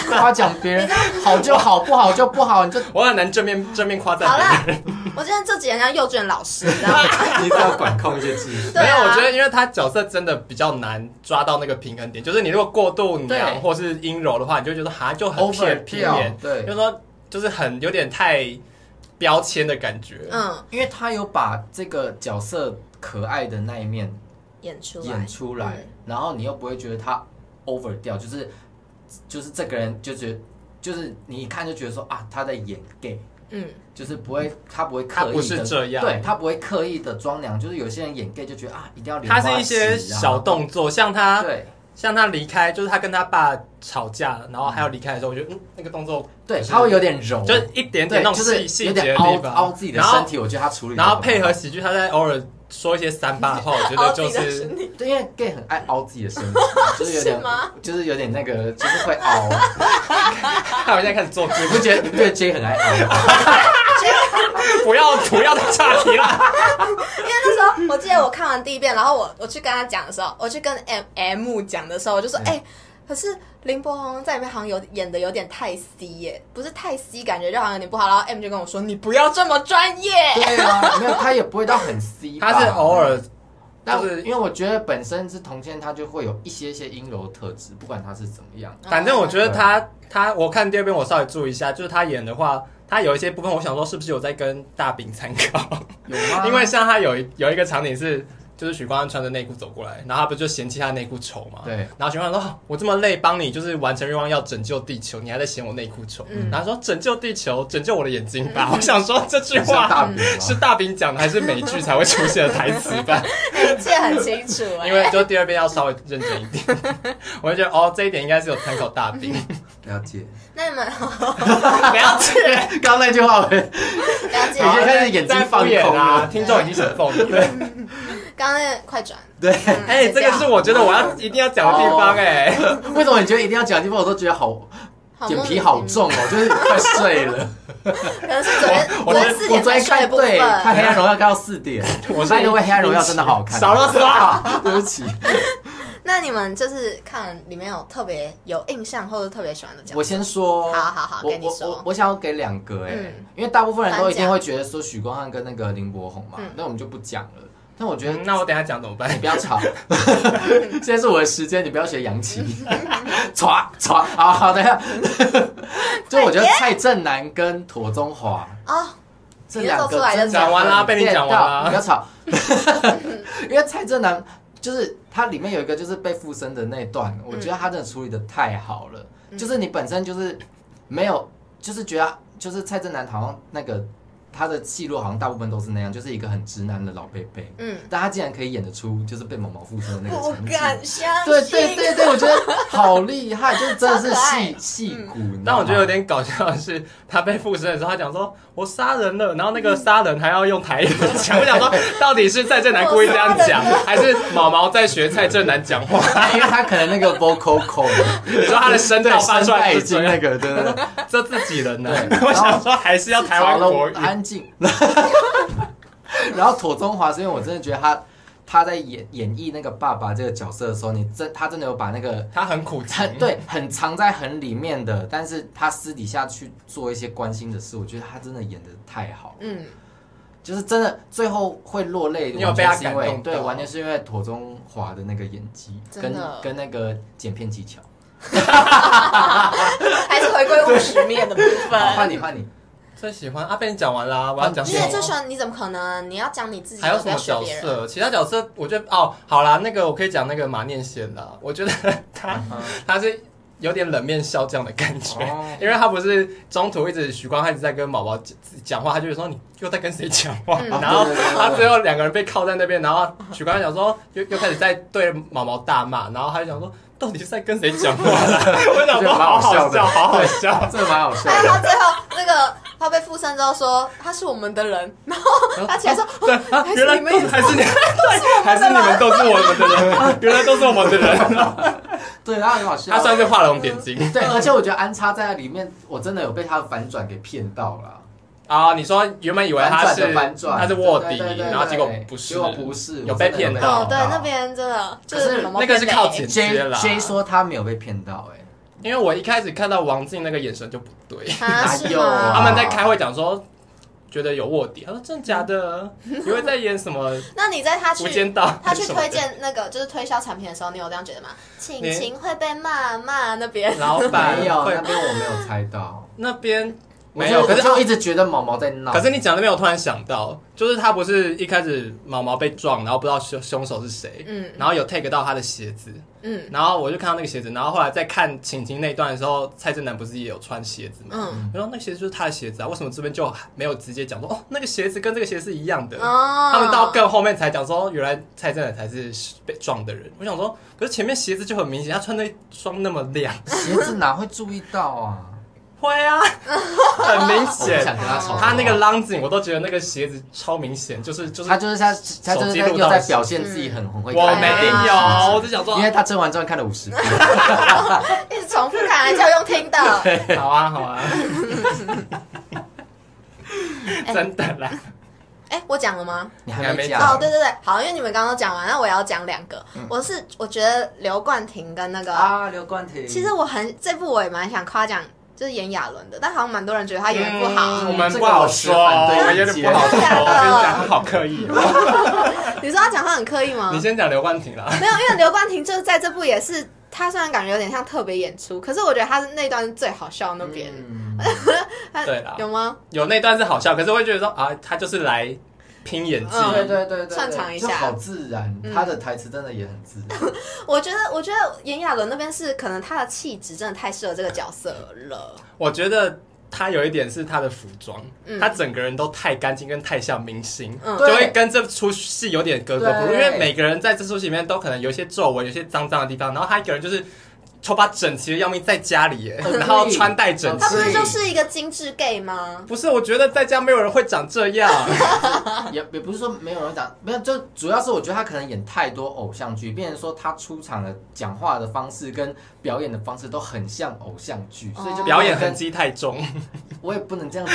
[SPEAKER 2] 夸奖别人，好就好，不好就不好，你就
[SPEAKER 3] 我很难正面正面夸赞
[SPEAKER 1] 好
[SPEAKER 3] 别人。
[SPEAKER 1] 了，我今天这几人像幼稚园老师，你知
[SPEAKER 3] (laughs)
[SPEAKER 1] 道吗？
[SPEAKER 2] 你只要管 (laughs) 控一些自己。
[SPEAKER 1] 对
[SPEAKER 3] 没有，
[SPEAKER 1] 啊
[SPEAKER 3] 我觉得因为他角色真的比较难抓到那个平衡点，就是你如果过度
[SPEAKER 2] 对
[SPEAKER 3] 娘或是阴柔的话，你就觉得哈就很
[SPEAKER 2] Over
[SPEAKER 3] 偏偏
[SPEAKER 2] 掉
[SPEAKER 3] 眼，，就是
[SPEAKER 2] 对，
[SPEAKER 3] 说就是很有点太标签的感觉。
[SPEAKER 1] 嗯，
[SPEAKER 2] 因为他有把这个角色可爱的那一面
[SPEAKER 1] 演出来
[SPEAKER 2] 演，出来
[SPEAKER 1] 嗯，
[SPEAKER 2] 然后你又不会觉得他 over 掉，就是就是这个人就觉得就是你一看就觉得说啊他在演 gay，
[SPEAKER 1] 嗯，
[SPEAKER 2] 就是不会他不会刻
[SPEAKER 3] 他
[SPEAKER 2] 意的，
[SPEAKER 3] 不是这样
[SPEAKER 2] 对他不会刻意的装娘，就是有些人演 gay 就觉得啊一定要
[SPEAKER 3] 他是一
[SPEAKER 2] 莲
[SPEAKER 3] 些
[SPEAKER 2] 花指啊
[SPEAKER 3] 小动作，像他
[SPEAKER 2] 对
[SPEAKER 3] 像他离开，就是他跟他爸吵架了，然后还要离开的时候，我觉得嗯，那个动作
[SPEAKER 2] 对，
[SPEAKER 3] 就是
[SPEAKER 2] 他会有点柔，
[SPEAKER 3] 就是一点点
[SPEAKER 2] 嗯对，
[SPEAKER 3] 那
[SPEAKER 2] 就
[SPEAKER 3] 种
[SPEAKER 2] 是
[SPEAKER 3] 细细
[SPEAKER 2] 有
[SPEAKER 3] 节
[SPEAKER 2] 点
[SPEAKER 3] 的
[SPEAKER 2] 凹
[SPEAKER 3] 地方，
[SPEAKER 2] 凹自己的
[SPEAKER 3] 然后
[SPEAKER 2] 身体，我觉得他处理得
[SPEAKER 3] 然
[SPEAKER 2] 很好，
[SPEAKER 3] 后配合喜剧，他在偶尔说一些三八的话，我觉
[SPEAKER 1] 凹
[SPEAKER 3] 得
[SPEAKER 1] 自
[SPEAKER 3] 就
[SPEAKER 1] 己的
[SPEAKER 3] 是
[SPEAKER 1] 身体，
[SPEAKER 2] 对，因为 gay 很爱凹自己的身体，就是
[SPEAKER 1] (laughs)
[SPEAKER 2] 有
[SPEAKER 1] 是
[SPEAKER 2] 点
[SPEAKER 1] 吗，
[SPEAKER 2] 就是有点那个，就是会凹。
[SPEAKER 3] 他好像开始做
[SPEAKER 2] 你
[SPEAKER 3] 直
[SPEAKER 2] 不
[SPEAKER 3] 播，
[SPEAKER 2] 觉得你对 J 很爱凹
[SPEAKER 3] (laughs)
[SPEAKER 2] 吗？
[SPEAKER 3] 不要不要再岔
[SPEAKER 2] (laughs)
[SPEAKER 3] 题了。
[SPEAKER 1] 因为那时候我记得我看完第一遍，然后我我去跟他讲的时候，我去跟 M M 讲的时候，我就说，
[SPEAKER 2] 嗯
[SPEAKER 1] 哎、可是林柏宏在里面好像有演的有点太 C 耶，不是太 C，感觉就好像有点不好。然后 M 就跟我说，你不要这么专业。
[SPEAKER 2] 对啊，没有，他也不会到很 C，吧
[SPEAKER 3] 他是偶尔，
[SPEAKER 2] 但
[SPEAKER 3] 就是
[SPEAKER 2] 因为我觉得本身是同性恋，他就会有一些些阴柔特质，不管他是怎么样。
[SPEAKER 3] (laughs) 反正我觉得他
[SPEAKER 2] 嗯
[SPEAKER 3] 他，我看第二遍我稍微注意一下，就是他演的话，他有一些部分，我想说是不是有在跟大饼参考？
[SPEAKER 2] 有吗？
[SPEAKER 3] (laughs) 因为像他有一有一个场景是，就是许光汉穿着内裤走过来，然后他不就嫌弃他内裤丑嘛？
[SPEAKER 2] 对。
[SPEAKER 3] 然后许光汉说哦：“我这么累，帮你就是完成愿望，要拯救地球，你还在嫌我内裤丑？”
[SPEAKER 1] 嗯
[SPEAKER 3] 然后他说：“拯救地球，拯救我的眼睛吧。”我想 (laughs) 说这句
[SPEAKER 2] 很 (laughs) 像
[SPEAKER 3] 话
[SPEAKER 2] 大饼吗
[SPEAKER 3] 是大饼讲的，还是美剧才会出现的台词吧？
[SPEAKER 1] 哎，记得很清
[SPEAKER 2] (laughs)
[SPEAKER 1] 楚哎、
[SPEAKER 3] 因为就第二遍要稍微认真一点，我就觉得哦，这一点应该是有参考大兵，
[SPEAKER 2] 了解。
[SPEAKER 1] 那你们 (laughs)
[SPEAKER 3] 不要去，
[SPEAKER 2] (laughs) 刚刚那句话，
[SPEAKER 1] 了解
[SPEAKER 2] 你先开始眼睛
[SPEAKER 3] 在
[SPEAKER 2] 放
[SPEAKER 3] 敷衍
[SPEAKER 2] 空
[SPEAKER 3] 啊，
[SPEAKER 2] 了
[SPEAKER 3] 听众已经想疯了。
[SPEAKER 1] 刚刚那个快转。
[SPEAKER 2] 对，
[SPEAKER 1] 嗯
[SPEAKER 3] 哎，这个是我觉得我要一定要讲的地方哎，
[SPEAKER 2] 为什么你觉得一定要讲的地方，我都觉得好
[SPEAKER 1] 好
[SPEAKER 2] 眼皮好重哦，就是快睡了。
[SPEAKER 1] 可能是昨天
[SPEAKER 3] 我
[SPEAKER 1] 昨天四
[SPEAKER 2] 我
[SPEAKER 1] 点
[SPEAKER 2] 昨
[SPEAKER 1] 才
[SPEAKER 2] 天
[SPEAKER 1] 睡
[SPEAKER 2] 看
[SPEAKER 1] 的部
[SPEAKER 2] 对看《
[SPEAKER 1] 分。
[SPEAKER 2] 黑暗荣耀》看到四点，
[SPEAKER 3] 我是
[SPEAKER 2] 那因为《黑暗荣耀》真的好好看。
[SPEAKER 3] 少啰嗦
[SPEAKER 2] 啊， (laughs) 对不起。
[SPEAKER 1] 那你们就是看里面有特别有印象或者特别喜欢的角
[SPEAKER 2] 我
[SPEAKER 1] 色？
[SPEAKER 2] 先说，
[SPEAKER 1] 好好好
[SPEAKER 2] 我
[SPEAKER 1] 跟你
[SPEAKER 2] 我
[SPEAKER 1] 说
[SPEAKER 2] 我我想要给两个哎、
[SPEAKER 1] 嗯
[SPEAKER 2] 因为大部分人都
[SPEAKER 1] 颁
[SPEAKER 2] 一定
[SPEAKER 1] 奖
[SPEAKER 2] 会觉得说许光汉跟那个林柏宏嘛
[SPEAKER 1] 嗯，
[SPEAKER 2] 那、我们就不讲了。但我觉得
[SPEAKER 3] 嗯那我等一下讲怎
[SPEAKER 2] (laughs)
[SPEAKER 3] 么
[SPEAKER 2] 你
[SPEAKER 3] 办？
[SPEAKER 2] 不要吵，现在是我的时间，你不要学洋气，
[SPEAKER 1] 嗯
[SPEAKER 2] (laughs) 唰唰，好好等一下。 (laughs) 就我觉得蔡正南跟妥中华
[SPEAKER 1] 哦，
[SPEAKER 2] 这两
[SPEAKER 1] 你就
[SPEAKER 2] 个
[SPEAKER 1] 做出来就
[SPEAKER 2] 真的
[SPEAKER 3] 讲完啦被你讲完啦
[SPEAKER 2] 很贱
[SPEAKER 3] (laughs)
[SPEAKER 2] 到你不要吵。因为蔡正南就是他里面有一个就是被附身的那一段，我觉得他真的处理的太好了，
[SPEAKER 1] 嗯
[SPEAKER 2] 就是你本身就是没有，就是觉得就是蔡正南好像那个他的戏路好像大部分都是那样，就是一个很直男的老贝贝，
[SPEAKER 1] 嗯，
[SPEAKER 2] 但他竟然可以演得出就是被毛毛附身的那个
[SPEAKER 1] 不
[SPEAKER 2] 场景。
[SPEAKER 1] 敢相信。
[SPEAKER 2] 对对对对，我觉得好厉害，就是真的是
[SPEAKER 1] 超
[SPEAKER 3] (laughs)
[SPEAKER 1] 可爱
[SPEAKER 3] 嗯
[SPEAKER 2] 戏戏骨。你知道
[SPEAKER 3] 但
[SPEAKER 2] 吗
[SPEAKER 3] 我觉
[SPEAKER 2] (laughs)
[SPEAKER 3] 得有点搞笑的是，他被附身的时候，他讲说“我杀人了”，然后那个杀人还要用台语讲，我想说到底是蔡正南故意这样讲，还是毛毛在学蔡正南讲话？ (laughs)
[SPEAKER 2] 因为他可能那个 vocal (laughs) cord，
[SPEAKER 3] 你说他的声
[SPEAKER 2] 对
[SPEAKER 3] 道发
[SPEAKER 2] 声
[SPEAKER 3] 出来
[SPEAKER 2] 带已
[SPEAKER 3] 是这
[SPEAKER 2] 经
[SPEAKER 3] 样
[SPEAKER 2] 那个，对对
[SPEAKER 3] (laughs)
[SPEAKER 2] 对。
[SPEAKER 3] 这自己人呢、
[SPEAKER 2] 对
[SPEAKER 3] (laughs) 我想说还是要台湾国语
[SPEAKER 2] 好了。安静。 (laughs) 然后妥中华是因为我真的觉得他他在演演绎那个爸爸这个角色的时候，你真他真的有把那个
[SPEAKER 3] 他很苦
[SPEAKER 2] 很
[SPEAKER 3] 情，，
[SPEAKER 2] 对很藏在很里面的，但是他私底下去做一些关心的事，我觉得他真的演的太好，
[SPEAKER 1] 嗯，
[SPEAKER 2] 就是真的最后会落泪，
[SPEAKER 3] 你有
[SPEAKER 2] 完
[SPEAKER 3] 被
[SPEAKER 2] 全
[SPEAKER 3] 他
[SPEAKER 2] 是因
[SPEAKER 3] 感
[SPEAKER 2] 为
[SPEAKER 3] 动到
[SPEAKER 2] 对，完全是因为妥中华的那个演技
[SPEAKER 1] 真
[SPEAKER 2] 跟
[SPEAKER 1] 的
[SPEAKER 2] 跟那个剪片技巧。
[SPEAKER 1] 还是回归务实面的部
[SPEAKER 2] (laughs) 好换
[SPEAKER 1] 分。
[SPEAKER 2] 你换你，
[SPEAKER 3] 最喜欢阿啊贝，你讲完啦，我要讲
[SPEAKER 1] 你
[SPEAKER 3] 什
[SPEAKER 1] 也最喜
[SPEAKER 3] 么？
[SPEAKER 1] 欢？你怎么可能？你要讲你自己，
[SPEAKER 3] 还有什
[SPEAKER 1] 不
[SPEAKER 3] 么
[SPEAKER 1] 要学
[SPEAKER 3] 角
[SPEAKER 1] 别人。
[SPEAKER 3] 色？其他角色，我觉得哦，好啦，那个我可以讲那个马念先啦。我觉得他 (laughs) 他是有点冷面笑这样的感觉
[SPEAKER 2] 哦，
[SPEAKER 3] 因为他不是中途一直许光汉一直在跟毛毛讲讲话，他就是说你又在跟谁讲话，
[SPEAKER 1] 嗯
[SPEAKER 3] 然后
[SPEAKER 2] 对对对对
[SPEAKER 3] 他最后两个人被靠在那边，然后许光汉想说又又开始在对毛毛大骂，然后他就想说到底是在跟谁
[SPEAKER 2] (laughs)
[SPEAKER 3] 讲话啦？我想说好好笑，好好笑。
[SPEAKER 2] 这个蛮好笑
[SPEAKER 1] 还有他
[SPEAKER 2] 的。
[SPEAKER 1] 最啊后那个他被附身之后说他是我们的人，然后他起来说
[SPEAKER 3] 对啊，原来都还是你，对，还是你们都是我们的人，原来都是我们的
[SPEAKER 2] (laughs) 啊
[SPEAKER 3] 人。
[SPEAKER 2] 对，他很好笑。
[SPEAKER 3] 他算是画龙点睛
[SPEAKER 2] (laughs) 对，而且我觉得安插在那里面，我真的有被他的反转给骗到了。
[SPEAKER 3] 啊！你说原本以为他
[SPEAKER 2] 反转
[SPEAKER 3] 是
[SPEAKER 2] 的反转，
[SPEAKER 3] 他是卧底
[SPEAKER 2] 对对对对，对
[SPEAKER 3] 然后结果不是
[SPEAKER 2] 结果不是，
[SPEAKER 3] 有被骗到
[SPEAKER 1] 哦，对，那边真的就是毛毛
[SPEAKER 3] 那个是靠
[SPEAKER 1] 片
[SPEAKER 3] (laughs) 剪
[SPEAKER 1] 的
[SPEAKER 3] 接
[SPEAKER 2] J
[SPEAKER 3] 啦。
[SPEAKER 2] J 说他没有被骗到，哎，
[SPEAKER 3] 因为我一开始看到王静那个眼神就不对，
[SPEAKER 1] 欸啊，
[SPEAKER 2] 哪
[SPEAKER 1] 是
[SPEAKER 2] 有啊
[SPEAKER 3] 他
[SPEAKER 1] 吗？
[SPEAKER 3] 们在开会讲说。觉得有卧底，他说真的假的？你会在演什么《
[SPEAKER 1] 那你在嗯他
[SPEAKER 3] 无
[SPEAKER 1] 去
[SPEAKER 3] 间道》什么的？
[SPEAKER 1] 他去推荐那个就是推销产品的时候，你有这样觉得吗？晴晴会被骂骂那边，
[SPEAKER 3] 老板
[SPEAKER 2] 没有，
[SPEAKER 3] 会
[SPEAKER 2] 那边我没有猜到。
[SPEAKER 3] 那边
[SPEAKER 2] 我
[SPEAKER 3] (laughs) 没
[SPEAKER 2] 就
[SPEAKER 3] 有，可
[SPEAKER 2] 我
[SPEAKER 3] 是
[SPEAKER 2] 就一直觉得毛毛在闹。
[SPEAKER 3] 可是你讲那边，我突然想到，就是他不是一开始毛毛被撞，然后不知道凶凶手是谁，
[SPEAKER 1] 嗯
[SPEAKER 3] 然后有 take 到他的鞋子，
[SPEAKER 1] 嗯
[SPEAKER 3] 然后我就看到那个鞋子，然后后来再看晴晴那一段的时候，蔡正南不是也有穿鞋子吗？
[SPEAKER 1] 嗯，
[SPEAKER 3] 然后那个鞋子就是他的鞋子啊，为什么这边就没有直接讲说哦，那个鞋子跟这个鞋是一样的？
[SPEAKER 1] 哦
[SPEAKER 3] 他们到更后面才讲说，原来蔡正南才是被撞的人。我想说，可是前面鞋子就很明显，他穿那一双那么亮，
[SPEAKER 2] 鞋子哪会注意到啊？
[SPEAKER 3] 会啊， (laughs) 很明
[SPEAKER 2] 我不想
[SPEAKER 3] 显。
[SPEAKER 2] 跟他吵。
[SPEAKER 3] 他那个 l o n g i n 我都觉得那个鞋子超明显，就是就是
[SPEAKER 2] 他就是他，他就是在
[SPEAKER 3] 手机录
[SPEAKER 2] 又
[SPEAKER 3] 到
[SPEAKER 2] 在
[SPEAKER 3] 死
[SPEAKER 2] 表
[SPEAKER 1] 嗯
[SPEAKER 2] 现自己很很会看。
[SPEAKER 3] 我
[SPEAKER 1] 没
[SPEAKER 3] 没有，我只想说
[SPEAKER 2] 因，为他甄嬛传看了五十遍，
[SPEAKER 1] (laughs) 一直重复看来叫用听
[SPEAKER 3] (laughs)
[SPEAKER 1] 的。
[SPEAKER 3] 好啊好啊，
[SPEAKER 1] 哎
[SPEAKER 3] 真的啦，
[SPEAKER 1] 哎，我讲了吗？
[SPEAKER 2] 你还没讲。
[SPEAKER 1] 哦，对对对，好，因为你们刚刚都讲完，那我也要讲两个。
[SPEAKER 3] 嗯
[SPEAKER 1] 我是我觉得刘冠廷跟那个，
[SPEAKER 2] 啊，刘冠廷。
[SPEAKER 1] 其实我很这部我也蛮想夸奖，就是炎亚纶的，但好像蛮多人觉得他演的不好。
[SPEAKER 3] 嗯我们不好说，我们有点不好说，我跟你讲，他好刻意哦。
[SPEAKER 1] (laughs) 你说他讲话很刻意吗
[SPEAKER 3] 你？先讲刘冠廷啦，
[SPEAKER 1] (laughs) 没有，因为刘冠廷就是在这部也是，他虽然感觉有点像特别演出，可是我觉得他那段是最好笑的那边。
[SPEAKER 2] 嗯，
[SPEAKER 1] (laughs) 他
[SPEAKER 3] 对啦
[SPEAKER 1] 有吗？
[SPEAKER 3] 有那段是好笑，可是我会觉得说啊，他就是来拼演技，
[SPEAKER 2] 对
[SPEAKER 1] 嗯
[SPEAKER 2] 对对对，
[SPEAKER 1] 擅长一
[SPEAKER 2] 就
[SPEAKER 1] 下嗯
[SPEAKER 2] 好自然，他的台词真的也很自
[SPEAKER 1] (laughs)
[SPEAKER 2] 然。
[SPEAKER 1] 我觉得，我觉得炎亚纶那边是可能他的气质真的太适合这个角色了。
[SPEAKER 3] 我觉得。他有一点是他的服装，
[SPEAKER 1] 嗯
[SPEAKER 3] 他整个人都太干净，跟太像明星，
[SPEAKER 1] 嗯
[SPEAKER 3] 就会跟这出戏有点格格不入。因
[SPEAKER 2] 对
[SPEAKER 3] 为每个人在这出戏里面都可能有一些皱纹，有一些脏脏的地方，然后他一个人就是头发整齐的要命，在家里耶，
[SPEAKER 2] 对
[SPEAKER 3] 然后穿戴整
[SPEAKER 1] 他
[SPEAKER 3] 齐
[SPEAKER 1] 不。是
[SPEAKER 2] 所以
[SPEAKER 1] 就是一个精致 gay 吗？
[SPEAKER 3] 不是，我觉得在家没有人会长这样。
[SPEAKER 2] 也也不是说没有人讲，没有，就主要是我觉得他可能演太多偶像剧，变成说他出场的讲话的方式跟表演的方式都很像偶像剧，
[SPEAKER 1] 哦
[SPEAKER 2] 所以就
[SPEAKER 3] 表演痕
[SPEAKER 2] 很，
[SPEAKER 3] 迹太重，
[SPEAKER 2] (laughs) 我也不能这样子，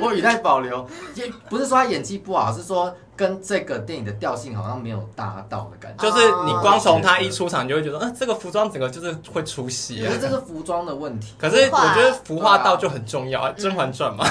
[SPEAKER 2] 我语带保留，也不是说他演技不好，是说跟这个电影的调性好像没有搭到的感觉。
[SPEAKER 3] 就是你光从他一出场，你就会觉得，嗯、这个服装整个就是会出戏
[SPEAKER 2] 可
[SPEAKER 3] 啊。
[SPEAKER 2] 是这是服装的问题，
[SPEAKER 3] 可是我觉得服化道就很重要啊，《甄嬛传》嘛。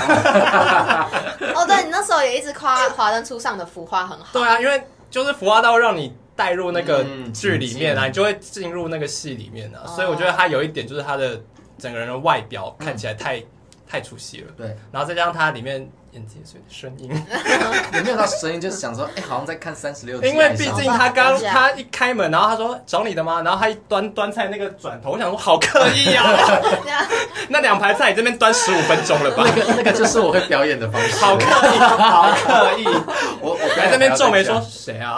[SPEAKER 1] 哦，对你那时候也一直夸《华灯初上》的服化很好。
[SPEAKER 3] (laughs) 对啊，因为就是服化道让你带入那个
[SPEAKER 2] 嗯
[SPEAKER 3] 剧里面啊，你就会进入那个戏里面啊。所以我觉得他有一点就是他的整个人的外表看起来太太出戏了，
[SPEAKER 2] 嗯对，
[SPEAKER 3] 然后再加上他里面演技是有点声音。
[SPEAKER 2] 也没有到声音，就是想说，哎、好像在看三十六集，
[SPEAKER 3] (laughs) 因为毕竟他刚
[SPEAKER 1] 等一下
[SPEAKER 3] 他一开门，然后他说找你的吗？然后他一端端菜那个转头，我想说好刻意啊！
[SPEAKER 1] 这样
[SPEAKER 3] (laughs) 那两排菜你这边端十五分钟了吧
[SPEAKER 2] 那？个那个就是我会表演的方式，
[SPEAKER 3] 好刻意，好刻意！
[SPEAKER 2] 我我
[SPEAKER 3] 来这边皱眉说谁啊？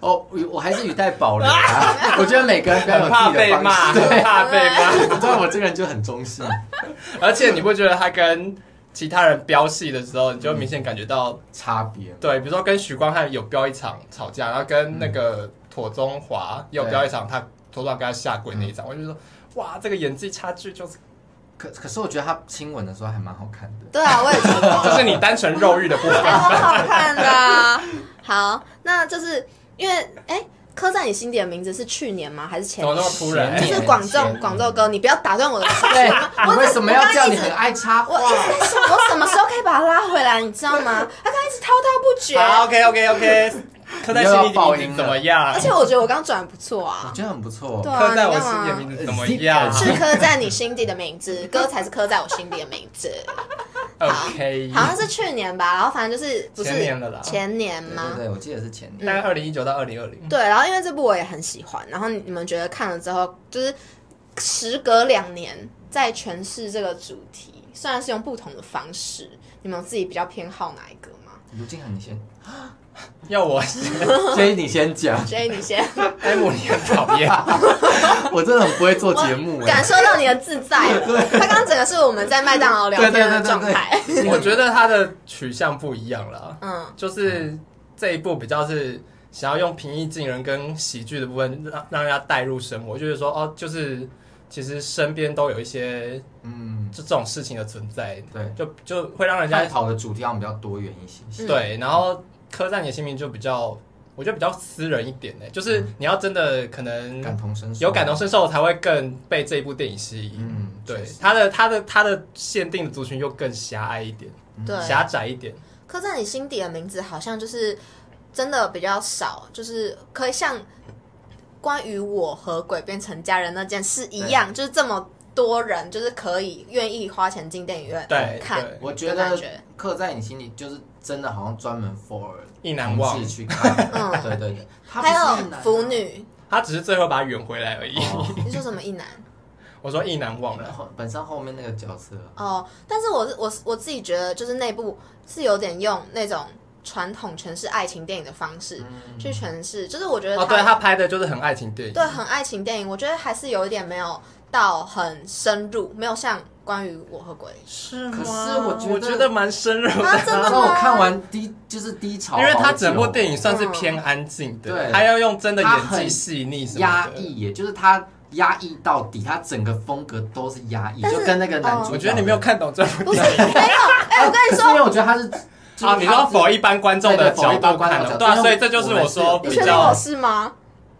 [SPEAKER 2] 哦，我我还是语带保留啊。 (laughs) 我觉得每个人都有
[SPEAKER 3] 很怕
[SPEAKER 2] 自己
[SPEAKER 3] 被
[SPEAKER 2] 的
[SPEAKER 3] 骂，
[SPEAKER 2] 方式，
[SPEAKER 3] 很
[SPEAKER 2] 对，
[SPEAKER 3] 怕被骂。
[SPEAKER 2] 你知道我这个人就很中性，
[SPEAKER 3] (laughs) 而且你不觉得他跟其他人飙戏的时候，你就明显感觉到，
[SPEAKER 2] 差别。
[SPEAKER 3] 对，比如说跟许光汉有飙一场吵架，然后跟那个妥宗华有飙一场，他妥宗华跟他下跪那一场，我就说哇，这个演技差距就是。
[SPEAKER 2] 可可是我觉得他亲吻的时候还蛮好看的。
[SPEAKER 1] 对啊，我也觉得。
[SPEAKER 3] (laughs) (laughs) 这是你单纯肉欲的部分
[SPEAKER 1] 还。蛮好看的啊、好，那就是因为哎，刻在你心底的名字是去年吗？还是前
[SPEAKER 3] 怎么
[SPEAKER 1] 年？
[SPEAKER 3] 哦那么突然？哎
[SPEAKER 1] 就是广州广州哥，你不要打断我
[SPEAKER 3] (laughs)
[SPEAKER 1] 的思绪。
[SPEAKER 2] 对，
[SPEAKER 1] 我
[SPEAKER 2] 你为什么要这样？
[SPEAKER 1] 我刚刚一
[SPEAKER 2] 你
[SPEAKER 1] 直
[SPEAKER 2] 很爱插
[SPEAKER 1] 我
[SPEAKER 2] 话。
[SPEAKER 1] 一直在想，我什么时候可以把他拉回来，你知道 (laughs) 吗？他刚刚一直滔滔不绝，
[SPEAKER 3] (laughs) 好，OK
[SPEAKER 1] (laughs)
[SPEAKER 3] OK OK，刻在心里的名字怎么样
[SPEAKER 1] 而？且我觉得我刚刚转得不错
[SPEAKER 2] 我
[SPEAKER 1] 啊。
[SPEAKER 2] 觉得很不错
[SPEAKER 1] 对。啊，
[SPEAKER 3] 哦刻在我
[SPEAKER 1] 你
[SPEAKER 3] 心
[SPEAKER 1] 干
[SPEAKER 3] 里的
[SPEAKER 1] 嘛？
[SPEAKER 3] 名字怎么样
[SPEAKER 1] 是刻在你心底的名字，歌才是刻在我心底的名
[SPEAKER 3] (laughs)
[SPEAKER 1] 字。
[SPEAKER 3] ？OK，
[SPEAKER 1] 好像是去年吧，然后反正就是不是
[SPEAKER 3] 前年了啦
[SPEAKER 1] 前年
[SPEAKER 2] 对
[SPEAKER 1] 吗？
[SPEAKER 2] 对对，我记得是前年。
[SPEAKER 3] 大概二零一九到二零二零。
[SPEAKER 1] 对，然后因为这部我也很喜欢，然后你们觉得看了之后，就是时隔两年再诠释这个主题，虽然是用不同的方式，你们有自己比较偏好哪一个吗
[SPEAKER 2] 卢靖涵，你
[SPEAKER 3] (laughs)
[SPEAKER 2] 先，
[SPEAKER 3] 要我，
[SPEAKER 2] 所以你先讲。
[SPEAKER 1] ？J，你先，
[SPEAKER 3] 艾姆你很讨厌， (laughs)
[SPEAKER 2] 我真的很不会做节目
[SPEAKER 1] 我
[SPEAKER 2] 哎
[SPEAKER 1] (laughs) 感。受到你的自
[SPEAKER 2] (laughs)
[SPEAKER 1] 在。他刚刚整个是我们在麦当劳聊
[SPEAKER 2] 对
[SPEAKER 1] 天
[SPEAKER 2] 对对
[SPEAKER 1] 的
[SPEAKER 2] 对
[SPEAKER 1] 状态。
[SPEAKER 2] 对，
[SPEAKER 3] 我觉得他的取向不一样了，
[SPEAKER 1] 嗯，
[SPEAKER 3] 就是这一部比较是。想要用平易近人跟喜剧的部分让让人家带入生活，就是说哦，就是其实身边都有一些
[SPEAKER 2] 嗯，
[SPEAKER 3] 就这种事情的存在，
[SPEAKER 2] 对，
[SPEAKER 3] 就就会让人家
[SPEAKER 2] 探讨的主题要比较多元一些。
[SPEAKER 1] 嗯
[SPEAKER 3] 对，然后刻在你的心里就比较，我觉得比较私人一点呢、欸就是你要真的可
[SPEAKER 2] 嗯
[SPEAKER 3] 能
[SPEAKER 2] 感同身受，
[SPEAKER 3] 嗯有感同身受，才会更被这一部电影吸引。
[SPEAKER 2] 嗯
[SPEAKER 3] 对
[SPEAKER 2] 确实，
[SPEAKER 3] 它的它的它的限定的族群又更狭隘一点，
[SPEAKER 2] 嗯
[SPEAKER 1] 对。
[SPEAKER 3] 狭窄一点。
[SPEAKER 1] 刻在你心底的名字好像就是真的比较少，就是可以像关于我和鬼变成家人那件事一样，就是这么多人就是可以愿意花钱进电影院
[SPEAKER 3] 对
[SPEAKER 1] 看
[SPEAKER 3] 对
[SPEAKER 2] 我觉
[SPEAKER 1] 的感
[SPEAKER 2] 得
[SPEAKER 1] 觉
[SPEAKER 2] 刻在你心里，就是真的好像专门 for
[SPEAKER 3] 一男
[SPEAKER 2] 同
[SPEAKER 3] 忘
[SPEAKER 2] 志去看的。
[SPEAKER 1] (laughs) 嗯
[SPEAKER 2] 对对对，他不
[SPEAKER 1] 还
[SPEAKER 2] 是一
[SPEAKER 1] 有
[SPEAKER 2] 男啊
[SPEAKER 1] 腐。女，
[SPEAKER 3] 他只是最后把他圆回来而已。
[SPEAKER 2] 哦
[SPEAKER 1] 你说什么一男？
[SPEAKER 3] (laughs) 我说一男忘了，
[SPEAKER 2] 后本上后面那个角色，啊
[SPEAKER 1] 哦，但是我是我是我自己觉得，就是内部是有点用那种传统诠释爱情电影的方式、
[SPEAKER 2] 嗯
[SPEAKER 1] 去诠释，就是我觉得
[SPEAKER 3] 哦，对他拍的就是很爱情电影，
[SPEAKER 1] 对很爱情电影，我觉得还是有一点没有到很深入，没有像关于我和
[SPEAKER 2] (laughs)
[SPEAKER 1] 鬼。
[SPEAKER 3] 是吗？
[SPEAKER 2] 可是我觉得
[SPEAKER 3] 我觉得蛮深入的。
[SPEAKER 1] 啊真的
[SPEAKER 2] 然
[SPEAKER 1] 吗
[SPEAKER 2] 后哦我看完低就是低潮好久，嗯
[SPEAKER 3] (laughs) 因为他整部电影算是偏安静的，
[SPEAKER 2] 对
[SPEAKER 3] 他要用真的演
[SPEAKER 2] 他
[SPEAKER 3] 技
[SPEAKER 2] 很
[SPEAKER 3] 细腻什么的
[SPEAKER 2] 压。抑，也就是他压抑到底，他整个风格都是压抑，
[SPEAKER 1] 但是
[SPEAKER 2] 就跟那个男主角，
[SPEAKER 3] 我觉得你没有看懂这部
[SPEAKER 1] 不是
[SPEAKER 3] 电影
[SPEAKER 1] 没有，哎、我跟你
[SPEAKER 2] 可是 (laughs) 因为
[SPEAKER 1] 说，
[SPEAKER 2] 我觉得他是
[SPEAKER 3] 啊，你说否一般观众的角
[SPEAKER 2] 对对
[SPEAKER 3] 度看
[SPEAKER 2] 否一般观众的角
[SPEAKER 3] 的，
[SPEAKER 2] 度
[SPEAKER 3] 对啊，
[SPEAKER 2] 因为
[SPEAKER 3] 所以这就是我说
[SPEAKER 2] 我
[SPEAKER 1] 你
[SPEAKER 2] 们
[SPEAKER 3] 比
[SPEAKER 2] 是
[SPEAKER 1] 确定我
[SPEAKER 3] 较
[SPEAKER 1] 是吗？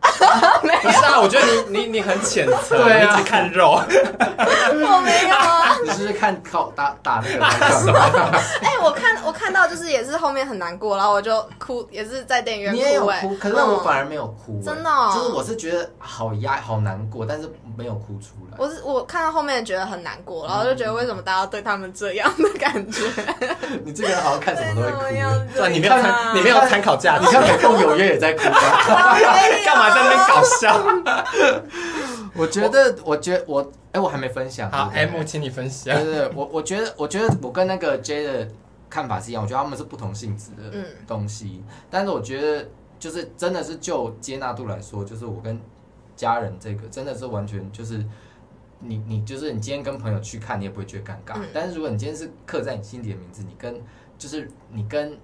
[SPEAKER 3] 不是啊，我觉得你你你很浅层，
[SPEAKER 2] 对啊
[SPEAKER 3] 你只看肉，
[SPEAKER 1] 我没有啊。
[SPEAKER 2] 你是不是看靠打打
[SPEAKER 3] (laughs)
[SPEAKER 2] 那个
[SPEAKER 1] 哎、我看我看到就是也是后面很难过，然后我就哭，也是在电影院
[SPEAKER 2] (laughs) 你也有
[SPEAKER 1] 哎、
[SPEAKER 2] 哭，可是我
[SPEAKER 1] 嗯
[SPEAKER 2] 反而没有哭、欸
[SPEAKER 1] 真的哦
[SPEAKER 2] 就是我是觉得好压好难过，但是没有哭出来。
[SPEAKER 1] 我是我看到后面觉得很难过，然后就觉得为什么大家对他们这样的感
[SPEAKER 2] (laughs)
[SPEAKER 1] 觉，
[SPEAKER 2] (laughs)
[SPEAKER 1] 哎
[SPEAKER 2] 你这个人好像看什么都会哭、欸。
[SPEAKER 1] (laughs) 对
[SPEAKER 3] 对啊，你没有参你没有参考价值
[SPEAKER 2] 你，看《北控有约》也在哭吗？
[SPEAKER 1] 啊
[SPEAKER 3] 干嘛在那边搞笑？
[SPEAKER 2] (laughs) 我觉得，我觉得我，哎、我还没分享。
[SPEAKER 3] 好
[SPEAKER 2] 对不对
[SPEAKER 3] ，M，请你分享
[SPEAKER 2] 对。对对，我我觉得，我觉得我跟那个 J 的看法是一样，我觉得他们是不同性质的
[SPEAKER 1] 嗯
[SPEAKER 2] 东西，但是我觉得就是真的是就接纳度来说，就是我跟家人这个真的是完全就是。你你就是你今天跟朋友去看，你也不会觉得尴尬。
[SPEAKER 1] 嗯
[SPEAKER 2] 但是如果你今天是刻在你心底的名字，你跟就是你跟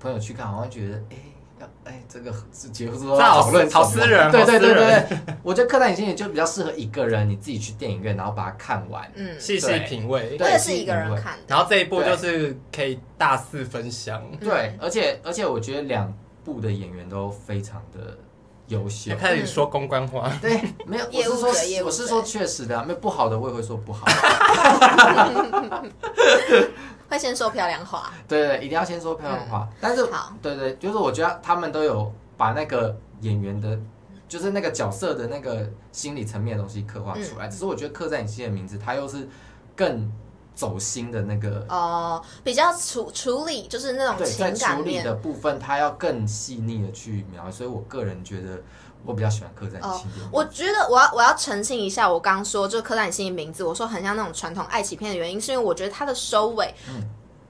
[SPEAKER 2] 朋友去看，好像觉得哎要哎这个是结婚之后
[SPEAKER 3] 这好
[SPEAKER 2] 讨论
[SPEAKER 3] 好
[SPEAKER 2] 什么
[SPEAKER 3] 私人
[SPEAKER 2] 对
[SPEAKER 3] 好
[SPEAKER 2] 对
[SPEAKER 3] 私
[SPEAKER 2] 对对
[SPEAKER 3] 人
[SPEAKER 2] 对。我觉得刻在你心里就比较适合一个人，你自己去电影院，然后把它看完。
[SPEAKER 1] 嗯，
[SPEAKER 3] 细细
[SPEAKER 2] 对
[SPEAKER 3] 品味。
[SPEAKER 1] 我也是一个人
[SPEAKER 2] 对
[SPEAKER 1] 看的，
[SPEAKER 3] 然后这一部就是可以大肆分享，
[SPEAKER 1] 嗯
[SPEAKER 2] 对，而且而且我觉得两部的演员都非常的优秀
[SPEAKER 1] (laughs)
[SPEAKER 3] 也。开始说公关话，
[SPEAKER 1] 嗯
[SPEAKER 2] 对，没有，我
[SPEAKER 1] 业务
[SPEAKER 2] 是说
[SPEAKER 1] 者业，务
[SPEAKER 2] 我是说确实的、啊，没有不好的我也会说
[SPEAKER 1] (laughs)
[SPEAKER 2] 不好。
[SPEAKER 1] 会先说漂亮话，
[SPEAKER 2] 对对，一定要先说漂亮话。但是
[SPEAKER 1] 嗯好，
[SPEAKER 2] 对对，就是我觉得他们都有把那个演员的，就是那个角色的那个心理层面的东西刻画
[SPEAKER 1] 嗯
[SPEAKER 2] 出来。只是我觉得刻在你心里的名字，它又是更走心的那个
[SPEAKER 1] 哦、比较处处理就是那种
[SPEAKER 2] 对，在
[SPEAKER 1] 情感
[SPEAKER 2] 处理
[SPEAKER 1] 面
[SPEAKER 2] 的，部分，他要更细腻的去描述，所以我个人觉得我比较喜欢刻在你
[SPEAKER 1] 哦
[SPEAKER 2] 心底。
[SPEAKER 1] 我觉得我要我要澄清一下，我刚说就刻在你心里名字，我说很像那种传统爱情片的原因，是因为我觉得它的收尾，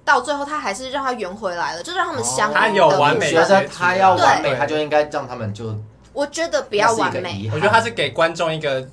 [SPEAKER 1] 到最后他还是让它圆回来了，就让他们相遇
[SPEAKER 3] 他
[SPEAKER 1] 的
[SPEAKER 3] 有
[SPEAKER 1] 部
[SPEAKER 3] 完美
[SPEAKER 2] 觉
[SPEAKER 1] 分
[SPEAKER 2] 得他要完美，
[SPEAKER 3] 对
[SPEAKER 2] 他就应该让他们就
[SPEAKER 1] 我觉得比较完
[SPEAKER 2] 那是一个
[SPEAKER 1] 美
[SPEAKER 2] 遗，憾
[SPEAKER 3] 我觉得他是给观众一个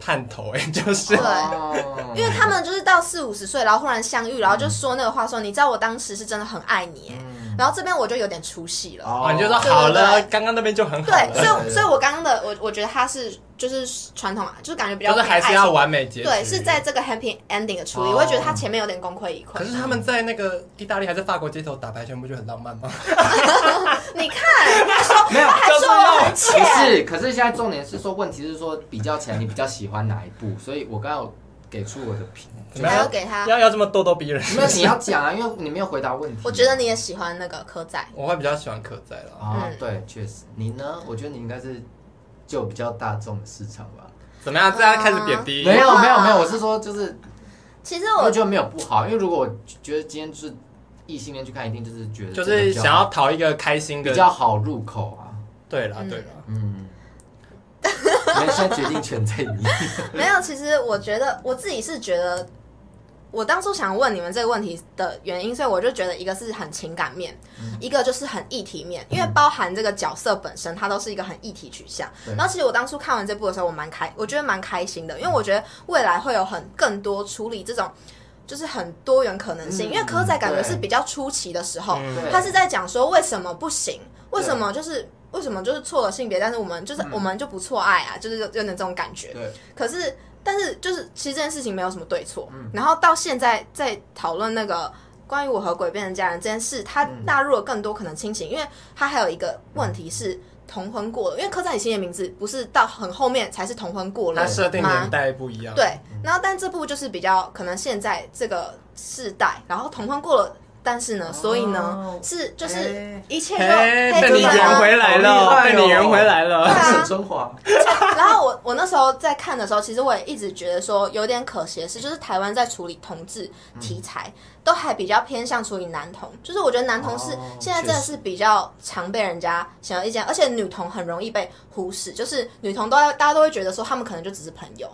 [SPEAKER 3] 盼头，哎， (laughs) 就是
[SPEAKER 1] 对
[SPEAKER 2] 哦
[SPEAKER 1] 因为他们就是到四五十岁，然后忽然相遇，然后就说那个话说，你知道我当时是真的很爱你耶，然后这边我就有点出戏了。
[SPEAKER 2] 哦
[SPEAKER 3] 啊，你就说
[SPEAKER 1] 对
[SPEAKER 3] 好了
[SPEAKER 1] 对，
[SPEAKER 3] 刚刚那边就很好
[SPEAKER 1] 对，所
[SPEAKER 3] 了，
[SPEAKER 1] 以所以我刚刚的我我觉得他是就是传统啊，就是感觉比较
[SPEAKER 3] 就是还是要完美结局。
[SPEAKER 1] 对，是在。这个 happy ending 的处理，
[SPEAKER 3] 哦
[SPEAKER 1] 我会觉得他前面有点功亏一
[SPEAKER 3] 可
[SPEAKER 1] 篑。
[SPEAKER 3] 是他们在那个意大利还是法国街头打白拳，不就很浪漫吗？
[SPEAKER 1] 你看，他说
[SPEAKER 2] 没有
[SPEAKER 1] 他 (laughs) 还
[SPEAKER 3] (laughs)
[SPEAKER 1] 说
[SPEAKER 3] 啊
[SPEAKER 1] 我很
[SPEAKER 2] 不
[SPEAKER 1] 浅，
[SPEAKER 2] 是，可是现在重点是说，问题是说比较起来，你比较喜欢哪一部？所以我刚刚有给出我的评，
[SPEAKER 3] 怎么
[SPEAKER 1] 还
[SPEAKER 3] 样
[SPEAKER 1] 要给他。
[SPEAKER 3] 要要这么咄咄逼人？
[SPEAKER 2] 没有你要讲啊，因为你没有回答问题。
[SPEAKER 1] 我觉得你也喜欢那个柯仔，
[SPEAKER 3] 我会比较喜欢可仔了。
[SPEAKER 2] 啊
[SPEAKER 1] 嗯，
[SPEAKER 2] 对，确实，你呢？我觉得你应该是就比较大众的市场吧。
[SPEAKER 3] 怎么样？大家开始
[SPEAKER 1] 啊
[SPEAKER 3] 贬低？
[SPEAKER 2] 没有没有没有，我是说就是
[SPEAKER 1] 其实
[SPEAKER 2] 我
[SPEAKER 1] 我
[SPEAKER 2] 觉得没有不好，因为如果我觉得今天就是异性恋去看，一定就是觉得
[SPEAKER 3] 就是想要讨一个开心
[SPEAKER 2] 比
[SPEAKER 3] 的。
[SPEAKER 2] 较好入口啊。
[SPEAKER 3] 对啦
[SPEAKER 1] 嗯
[SPEAKER 3] 对啦，
[SPEAKER 2] 嗯，
[SPEAKER 3] (laughs)
[SPEAKER 2] 人生决定权在你。
[SPEAKER 1] (laughs) 没有，其实我觉得我自己是觉得，我当初想问你们这个问题的原因，所以我就觉得一个是很情感面，
[SPEAKER 2] 嗯
[SPEAKER 1] 一个就是很议题面，因为包含这个角色本身，它都是一个很议题取向。
[SPEAKER 2] 对
[SPEAKER 1] 然后其实我当初看完这部的时候，我蛮开，我觉得蛮开心的，因为我觉得未来会有很更多处理这种。就是很多元可能性，
[SPEAKER 2] 嗯
[SPEAKER 1] 因为科仔感觉是
[SPEAKER 2] 对
[SPEAKER 1] 比较初期的时候，
[SPEAKER 3] 嗯
[SPEAKER 2] 对
[SPEAKER 1] 他是在讲说为什么不行，为什么就是为什么就是错了性别，但是我们就是、我们就不错爱啊，就是有有点这种感觉。
[SPEAKER 2] 嗯对，
[SPEAKER 1] 可是，但是就是其实这件事情没有什么对错。
[SPEAKER 2] 嗯
[SPEAKER 1] 然后到现在在讨论那个关于我和鬼变成家人这件事，他
[SPEAKER 2] 嗯
[SPEAKER 1] 纳入了更多可能亲情，因为他还有一个问题
[SPEAKER 2] 嗯
[SPEAKER 1] 是同婚过了，因为刻在你心里的名字不是到很后面才是同婚过了
[SPEAKER 3] 它
[SPEAKER 1] 吗？
[SPEAKER 3] 设定年代不
[SPEAKER 2] 啊
[SPEAKER 3] 一样。
[SPEAKER 2] 嗯
[SPEAKER 1] 对，然后但这部就是比较可能现在这个世代，然后同婚过了但是呢，所以呢
[SPEAKER 2] 哦，
[SPEAKER 1] 是就是
[SPEAKER 2] 哎
[SPEAKER 1] 一切
[SPEAKER 3] 哎，
[SPEAKER 1] 就
[SPEAKER 3] 被你圆回来
[SPEAKER 2] 好厉
[SPEAKER 3] 了，
[SPEAKER 2] 害哦
[SPEAKER 3] 被你圆回来
[SPEAKER 1] 对
[SPEAKER 3] 了。
[SPEAKER 2] (laughs)
[SPEAKER 1] 啊
[SPEAKER 2] 沈春华，
[SPEAKER 1] (laughs) 然后我我那时候在看的时候，其实我也一直觉得说有点可惜的是，就是台湾在处理同志题材、都还比较偏向处理男同，就是我觉得男同是
[SPEAKER 2] 哦
[SPEAKER 1] 现在真的是比较常被人家想要意见，而且女同很容易被忽视，就是女同都要大家都会觉得说他们可能就只是朋友，